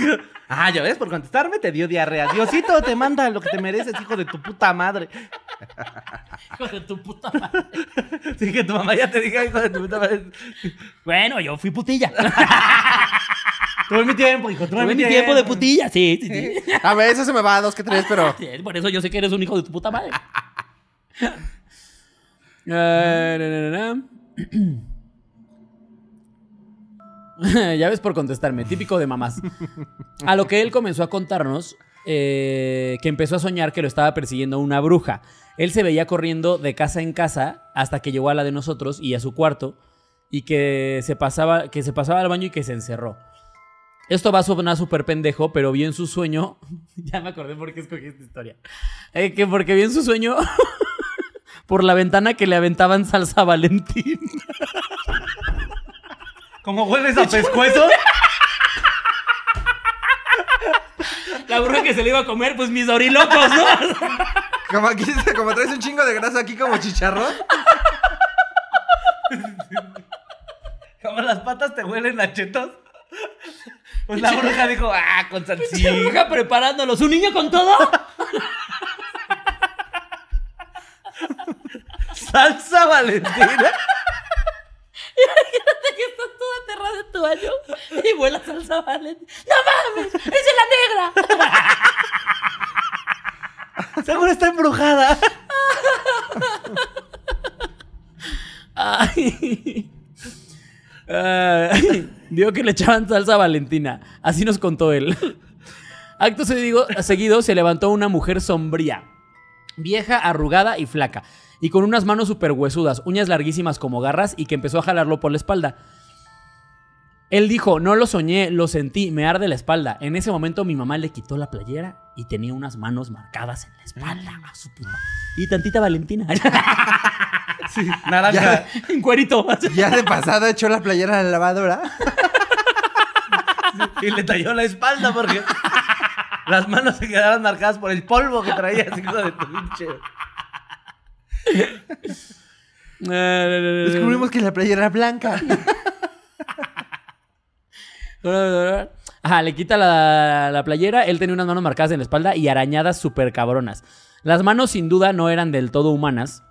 D: Ah, ya ves, por contestarme te dio diarrea. Diosito te manda lo que te mereces, hijo de tu puta madre.
C: Hijo de tu puta madre.
D: Sí, que tu mamá ya te diga, hijo de tu puta madre.
C: Bueno, yo fui putilla.
B: Ah,
D: Tuve mi tiempo, hijo, tuve,
C: Tuve mi tiempo de putilla, sí, sí, sí.
B: A ver, eso se me va a dos que tres, pero.
C: Sí, Por eso yo sé que eres un hijo de tu puta madre. Eh, na, na, na, na. ya ves por contestarme, típico de mamás. A lo que él comenzó a contarnos eh, que empezó a soñar que lo estaba persiguiendo una bruja. Él se veía corriendo de casa en casa hasta que llegó a la de nosotros y a su cuarto y que se pasaba, que se pasaba al baño y que se encerró. Esto va a sonar súper pendejo, pero vi en su sueño. ya me acordé por qué escogí esta historia. Eh, que porque vi en su sueño por la ventana que le aventaban salsa a Valentín.
D: Como hueles a pescuezo.
C: La bruja que se le iba a comer, pues mis orilocos, ¿no?
B: Como aquí, como traes un chingo de grasa aquí como chicharrón.
D: Como las patas te huelen a chetos. Pues la bruja dijo, ah, con
C: Pinche
D: salsita.
C: bruja preparándolos. ¿Un niño con todo?
D: Salsa Valentina.
C: Imagínate que estás toda aterrada en tu baño y vuela salsa valente. ¡No mames! ¡Es de la negra!
D: Seguro está embrujada.
C: Ay. Ay. Digo que le echaban salsa a Valentina. Así nos contó él. Acto sedigo- seguido se levantó una mujer sombría, vieja, arrugada y flaca, y con unas manos super huesudas, uñas larguísimas como garras y que empezó a jalarlo por la espalda. Él dijo, no lo soñé, lo sentí, me arde la espalda. En ese momento mi mamá le quitó la playera y tenía unas manos marcadas en la espalda. A su puta. Y tantita Valentina.
D: Sí, naranja.
C: en cuerito.
B: Ya de pasada echó la playera a la lavadora.
D: Y le talló la espalda porque las manos se quedaron marcadas por el polvo que traía, así hijo de tu pinche.
C: Eh,
B: Descubrimos que la playera era blanca.
C: Ajá, le quita la, la playera. Él tenía unas manos marcadas en la espalda y arañadas súper cabronas. Las manos, sin duda, no eran del todo humanas,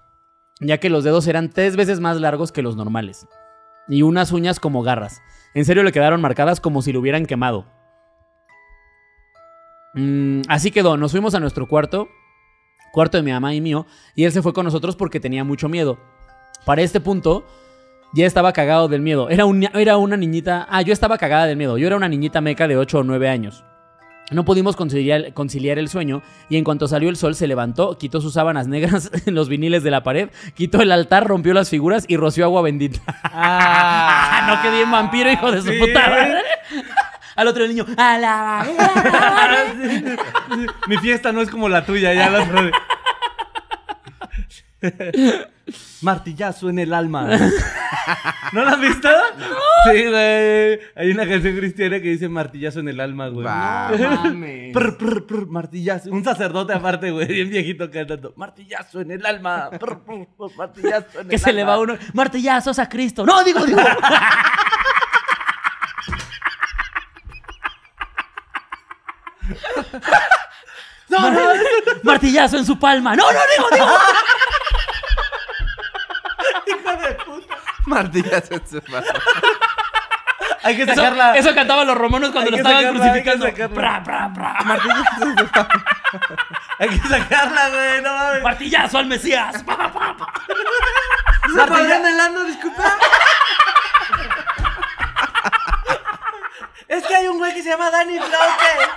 C: ya que los dedos eran tres veces más largos que los normales. Y unas uñas como garras. En serio, le quedaron marcadas como si lo hubieran quemado. Mm, así quedó. Nos fuimos a nuestro cuarto, cuarto de mi mamá y mío, y él se fue con nosotros porque tenía mucho miedo. Para este punto, ya estaba cagado del miedo. Era, un- era una niñita. Ah, yo estaba cagada del miedo. Yo era una niñita meca de 8 o 9 años. No pudimos conciliar, conciliar el sueño y en cuanto salió el sol se levantó, quitó sus sábanas negras en los viniles de la pared, quitó el altar, rompió las figuras y roció agua bendita. Ah, no, qué bien vampiro, hijo de su
D: Sí.
C: puta madre. Al otro niño, a la
D: Mi fiesta no es como la tuya, ya la probé. Martillazo en el alma. ¿No la has visto? Sí, güey. Hay una canción cristiana que dice martillazo en el alma, güey.
B: Va,
D: mames. Prr, prr, prr, martillazo. Un sacerdote aparte, güey, bien viejito cantando. Martillazo en el alma. Prr, prr, prr, martillazo en el
C: que se le
D: alma".
C: va uno, martillazos a Cristo. No, digo, digo.
D: No, no, no.
C: Martillazo en su palma. No, no, digo, digo.
B: Martillazo en su mano.
D: Hay que
C: Eso,
D: sacarla.
C: eso cantaban los romanos cuando lo
D: Hay que
C: estaban
D: sacarla, hay que
C: crucificando.
D: sacarla.
C: Pra, pra, pra.
D: Hay que sacarla, güey. No mames.
C: Martillazo al Mesías. Pa, pa, pa, pa.
B: ¿Se podrían el ano, disculpa?
D: Es que hay un güey que se llama Danny Floute.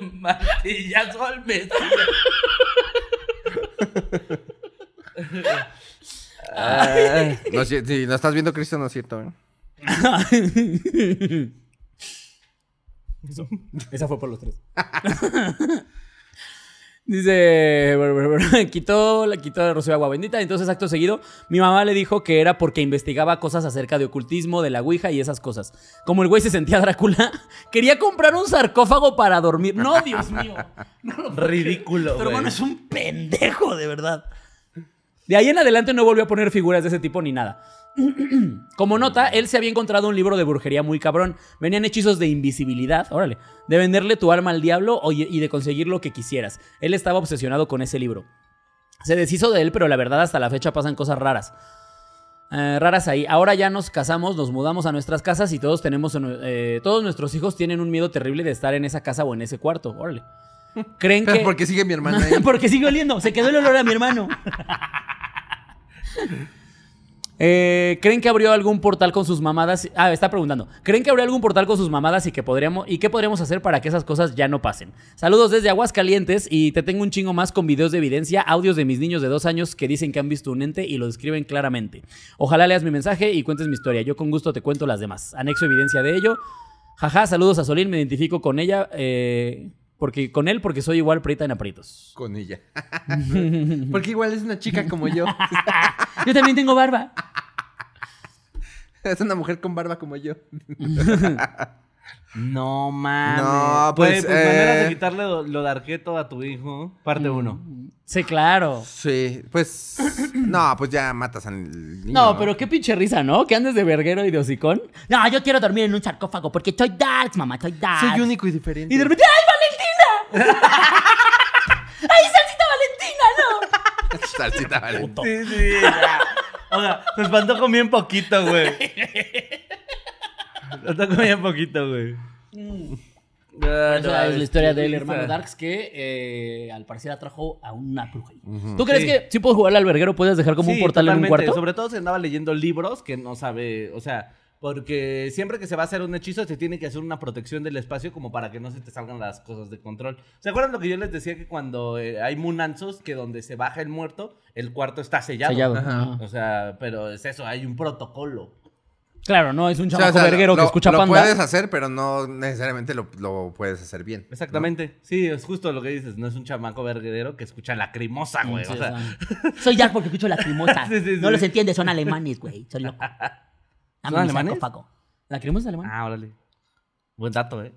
C: Martillazo al Mesías.
B: No, si, si no estás viendo Cristo, no es cierto. ¿eh?
C: Esa fue por los tres. Dice, bueno, bueno, bueno, quitó, la quitó el rocío de agua bendita. Entonces, acto seguido, mi mamá le dijo que era porque investigaba cosas acerca de ocultismo, de la ouija y esas cosas. Como el güey se sentía Drácula, quería comprar un sarcófago para dormir. No, Dios mío. No lo puedo creer.
D: Ridículo,
C: Tu
D: güey.
C: hermano es un pendejo, de verdad. De ahí en adelante no volvió a poner figuras de ese tipo ni nada. Como nota, él se había encontrado un libro de brujería muy cabrón. Venían hechizos de invisibilidad, órale, de venderle tu alma al diablo o- y de conseguir lo que quisieras. Él estaba obsesionado con ese libro. Se deshizo de él, pero la verdad hasta la fecha pasan cosas raras. Eh, raras ahí. Ahora ya nos casamos, nos mudamos a nuestras casas y todos tenemos, eh, todos nuestros hijos tienen un miedo terrible de estar en esa casa o en ese cuarto, órale. Creen que...
B: Pero porque sigue mi hermana ahí.
C: Porque sigue oliendo. Se quedó el olor a mi hermano. Eh, ¿Creen que abrió algún portal con sus mamadas? Ah, está preguntando. ¿Creen que abrió algún portal con sus mamadas y que podríamos y qué podríamos hacer para que esas cosas ya no pasen? Saludos desde Aguascalientes y te tengo un chingo más con videos de evidencia, audios de mis niños de dos años que dicen que han visto un ente y lo describen claramente. Ojalá leas mi mensaje y cuentes mi historia. Yo con gusto te cuento las demás. Anexo evidencia de ello. Jaja, saludos a Solín, me identifico con ella, eh, porque con él, porque soy igual preta en aprietos.
B: Con ella. Porque igual es una chica como yo.
C: Yo también tengo barba.
B: Es una mujer con barba como yo.
D: No mames.
B: No,
D: Güey,
B: pues,
D: pues maneras de
B: eh.
D: quitarle lo, lo de Arqueto a tu hijo. Parte 1.
C: Sí, claro.
B: Sí, pues. No, pues ya matas al niño.
C: No, pero qué pinche risa, ¿no? Que andes de verguero y de hocicón. No, yo quiero dormir en un sarcófago porque soy Darks, mamá, soy Darks.
B: Soy único y diferente.
C: Y de repente, ¡ay, ¡Ay, salsita
B: Salsita
C: Valentina,
B: Valentina.
D: Sí, sí, ya. O sea, se espantó con bien poquito, güey. Se espantó con bien poquito, güey. Ah,
C: no! Esa es la historia del hermano Darks que eh, al parecer atrajo a una bruja. ¿Tú crees
D: Sí.
C: que si puedo jugar al alberguero puedes dejar como un
D: Sí,
C: portal en un
D: totalmente.
C: cuarto?
D: Sobre todo se andaba leyendo libros que no sabe, o sea, porque siempre que se va a hacer un hechizo se tiene que hacer una protección del espacio como para que no se te salgan las cosas de control. ¿Se acuerdan lo que yo les decía que cuando eh, hay munanzos que donde se baja el muerto, el cuarto está sellado?
C: Sellado.
D: Ajá.
C: Ajá.
D: O sea, pero es eso, hay un protocolo.
C: Claro, no, es un
B: O sea,
C: chamaco
B: o sea,
C: verguero que
B: lo-
C: escucha
B: lo
C: panda.
B: puedes hacer, pero no necesariamente lo, lo puedes hacer bien. ¿no?
D: Exactamente. Sí, es justo lo que dices, no es un chamaco verguero que escucha lacrimosa, Ah, güey.
C: Sí,
D: o sea,
C: o sea, Soy Jack porque escucho la crimosa.
D: Sí, sí, sí.
C: No los entiendes, son alemanes, güey. Soy loco. Dame mi
D: alemanes?
C: sarcófago. ¿La crimosa es alemana?
D: Ah, órale. Buen dato, ¿eh?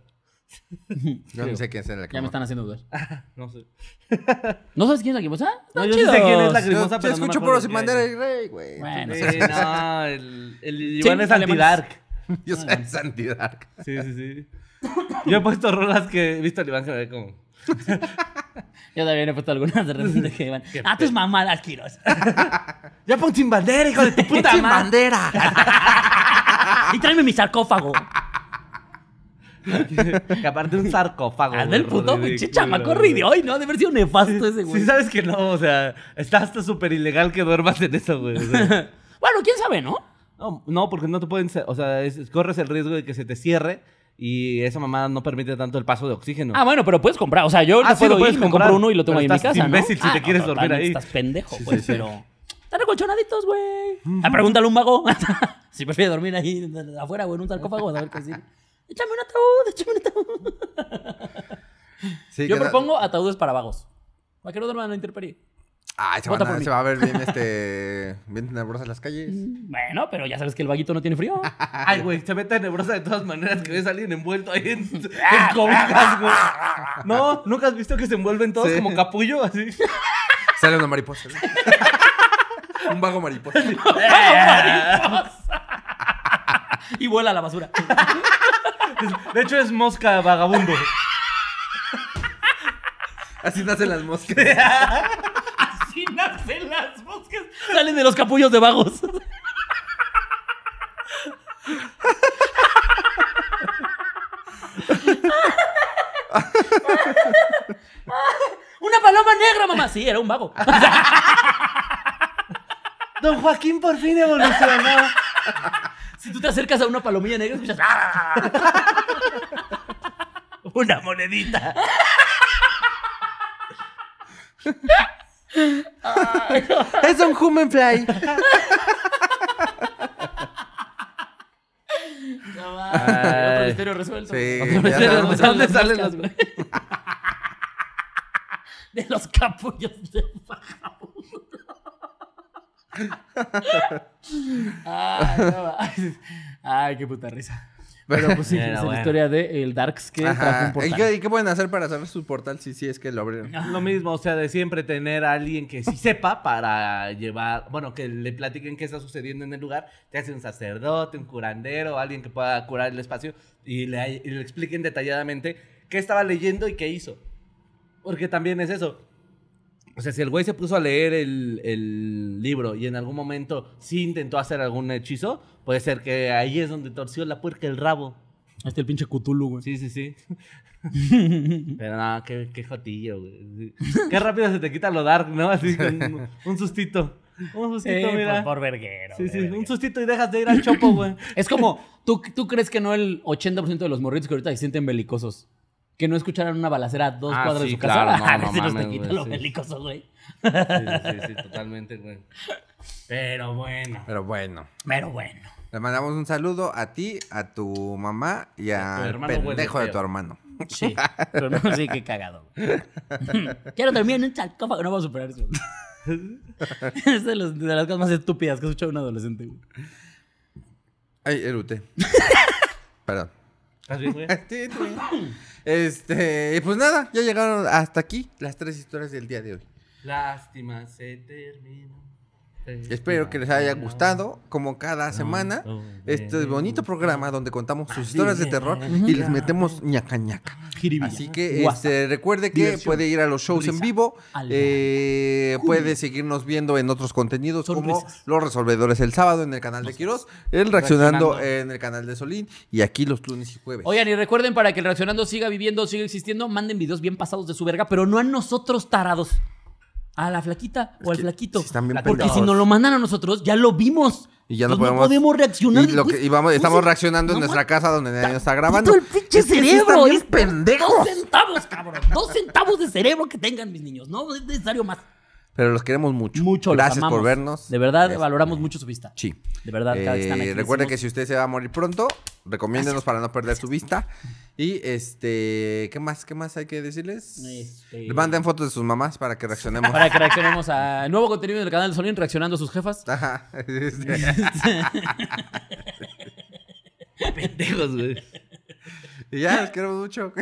B: Yo no sé quién es la
C: ya me están haciendo dudar.
D: No sé.
C: ¿No sabes quién es la crimosa?
D: No,
C: Están
D: yo sí sé quién es
C: chidos.
D: la
B: Yo,
D: cremosa,
B: yo
D: pero no me
B: escucho
D: acuerdo
B: por sin
D: qué
B: bandera
D: año.
B: y rey, güey.
C: Bueno,
D: Sí,
C: sí.
D: no, el, el Iván es
C: alemanes.
D: anti-dark.
B: Yo soy de santidad.
D: Sí, sí, sí. Yo he puesto rolas que he visto al Iván que me ve como.
C: Yo también he puesto algunas de repente que van. Ah, tus mamadas, Kiros.
D: ¡Ya pon sin bandera, hijo de tu puta
C: Sin
D: madre!
B: bandera!
C: Y tráeme mi sarcófago.
D: que aparte un sarcófago.
C: Anda
D: güey,
C: el Ah, puto
D: ridículo,
C: pinche chamaco
D: güey.
C: ridió. Ay, no, de haber sido nefasto ese, güey.
D: Sí, sabes que no, o sea, está hasta súper ilegal que duermas en eso, güey. o sea.
C: Bueno, quién sabe, ¿no?
D: No, no, porque no te pueden, ce- o sea, es- corres el riesgo de que se te cierre y esa mamada no permite tanto el paso de oxígeno.
C: Ah, bueno, pero puedes comprar. O sea, yo no
D: Ah, sí,
C: puedo
D: lo puedes
C: ir, me
D: comprar,
C: compro uno y lo tengo
D: pero
C: ahí en mi
D: estás
C: casa, ¿no?
D: imbécil si te quieres dormir
C: totalmente
D: ahí.
C: Estás pendejo, pues, pero... Están acolchonaditos, güey. Ah, pregúntale a un vago. si prefiere dormir ahí afuera o en un sarcófago, a ver qué decir. Échame un ataúd, échame un ataúd.
B: Sí,
C: Yo
B: que no-
C: propongo ataúdes para vagos. Para que no duerman en la intemperie.
B: Ay, se,
C: Vota
B: van a-
C: por mí.
B: se va a ver bien, este, bien tenebrosas las calles.
C: Bueno, pero ya sabes que el vaguito no tiene frío.
D: Ay, güey, se ve tenebrosa de todas maneras que ves a alguien envuelto ahí en, en cobijas, güey. No, ¿nunca has visto que se envuelven todos
B: Sí.
D: como capullo? Así.
B: Sale una mariposa. ¿no? Un vago mariposa.
C: y vuela a la basura.
D: De hecho, es mosca vagabundo.
B: Así nacen las moscas.
C: Así nacen las moscas. Salen de los capullos de vagos. Una paloma negra, mamá. Sí, era un vago.
D: Don Joaquín por fin evolucionó.
C: Si tú te acercas a una palomilla negra, escuchas. ¡ah! Una monedita.
B: es un human fly.
C: No va. Otro
D: Ay.
C: misterio resuelto.
B: Sí,
C: Otro
B: ya
C: misterio
B: sabemos.
C: resuelto.
D: ¿De dónde salen
C: moscas,
D: las-
C: güey? De los capullos de vagabundo. Ay, no va. Ay, qué puta risa. Pero pues sí,
D: Pero
C: esa es la
D: bueno.
C: historia de eh, el Darks que trajo un
B: Ajá. ¿Y, qué,
C: portal.
B: y qué pueden hacer para saber su portal si sí es que lo abrieron?
D: Lo mismo, o sea, de siempre tener a alguien que sí sepa para llevar, bueno, que le platiquen qué está sucediendo en el lugar, te hace un sacerdote, un curandero, alguien que pueda curar el espacio y le, hay- y le expliquen detalladamente qué estaba leyendo y qué hizo. Porque también es eso. O sea, si el güey se puso a leer el, el libro y en algún momento sí intentó hacer algún hechizo, puede ser que ahí es donde torció la puerca el rabo.
C: Ahí está Este, el pinche Cthulhu, güey.
D: Sí, sí, sí. Pero no, qué, qué jotillo, güey. Qué rápido se te quita lo dark, ¿no? Así con un, un sustito. Un sustito, mira.
C: verguero.
D: Sí,
C: de
D: sí,
C: verguero.
D: un sustito y dejas de ir al chopo, güey.
C: Es como, ¿tú, ¿tú crees que no el 80% de los morritos que ahorita se sienten belicosos? Que no escucharan una balacera a dos
D: Ah,
C: cuadras de
D: sí,
C: su casa.
D: claro, no,
C: A
D: no
C: ver si nos
D: mames,
C: te quita
D: güey,
C: lo
D: sí.
C: belicoso, güey.
D: Sí, sí, sí, totalmente, güey. Pero bueno.
B: Pero bueno.
C: Pero bueno.
B: Le mandamos un saludo a ti, a tu mamá y
D: tu
B: al
D: hermano huele
B: pendejo de
D: feo.
B: tu hermano.
C: Sí. Pero no, sí, qué cagado. güey. Quiero dormir en un sarcófago. No vamos a superar eso. es de, los- de las cosas más estúpidas que ha escuchado un adolescente, güey.
B: Ay, erute. Perdón.
D: ¿Estás bien, güey?
B: Sí, tú bien. Este, y pues nada, ya llegaron hasta aquí las tres historias del día de hoy.
D: Lástima, se terminó.
B: Espero que les
D: Ah.
B: haya gustado, como cada semana, este bonito programa donde contamos sus historias de terror y les metemos ñaca ñaca. Así que este, recuerde que
C: Diversión.
B: puede ir a los shows en
C: Risa.
B: vivo,
C: Alegría.
B: eh, puede seguirnos viendo en otros contenidos como
C: Sonrisas.
B: Los Resolvedores el sábado en el canal de Quiroz, el
C: Reaccionando.
B: Reaccionando en el canal de Solín y aquí los lunes y jueves.
C: Oigan, y recuerden, para que el reaccionando siga viviendo, siga existiendo, manden videos bien pasados de su verga, pero no a nosotros tarados. A la flaquita o al
B: que
C: flaquito.
B: sí están bien
C: Porque
B: pendejos.
C: si nos lo mandan a nosotros, ya lo vimos.
B: Y ya no
C: Entonces,
B: podemos-
C: reaccionar.
B: y, lo que-
C: después.
B: y vamos-
C: Pues,
B: estamos
C: eh,
B: reaccionando
C: no
B: en nuestra
C: mames,
B: casa donde nadie nos está grabando.
C: Todo el pinche
B: Es que sí
C: cerebro.
B: están bien
C: es por
B: pendejos.
C: Dos centavos, cabrón. Dos centavos de cerebro que tengan mis niños. No es necesario más.
B: Pero los queremos mucho.
C: Mucho los
B: Gracias por
C: amamos.
B: vernos.
C: De verdad,
B: Este,
C: valoramos mucho su vista.
B: Sí.
C: De verdad, cada vez que están
B: Eh,
C: aquí.
B: recuerde que
C: decimos,
B: si usted se va a morir pronto, recomiéndenos para no perder su vista. Y este, ¿qué más? ¿Qué más hay que decirles?
C: Este-
B: Le Manden fotos de sus mamás para que reaccionemos.
C: Para que reaccionemos a nuevo contenido del canal de Solín reaccionando a sus jefas.
B: Ajá. Este,
D: Pendejos, güey.
B: y ya, los queremos mucho.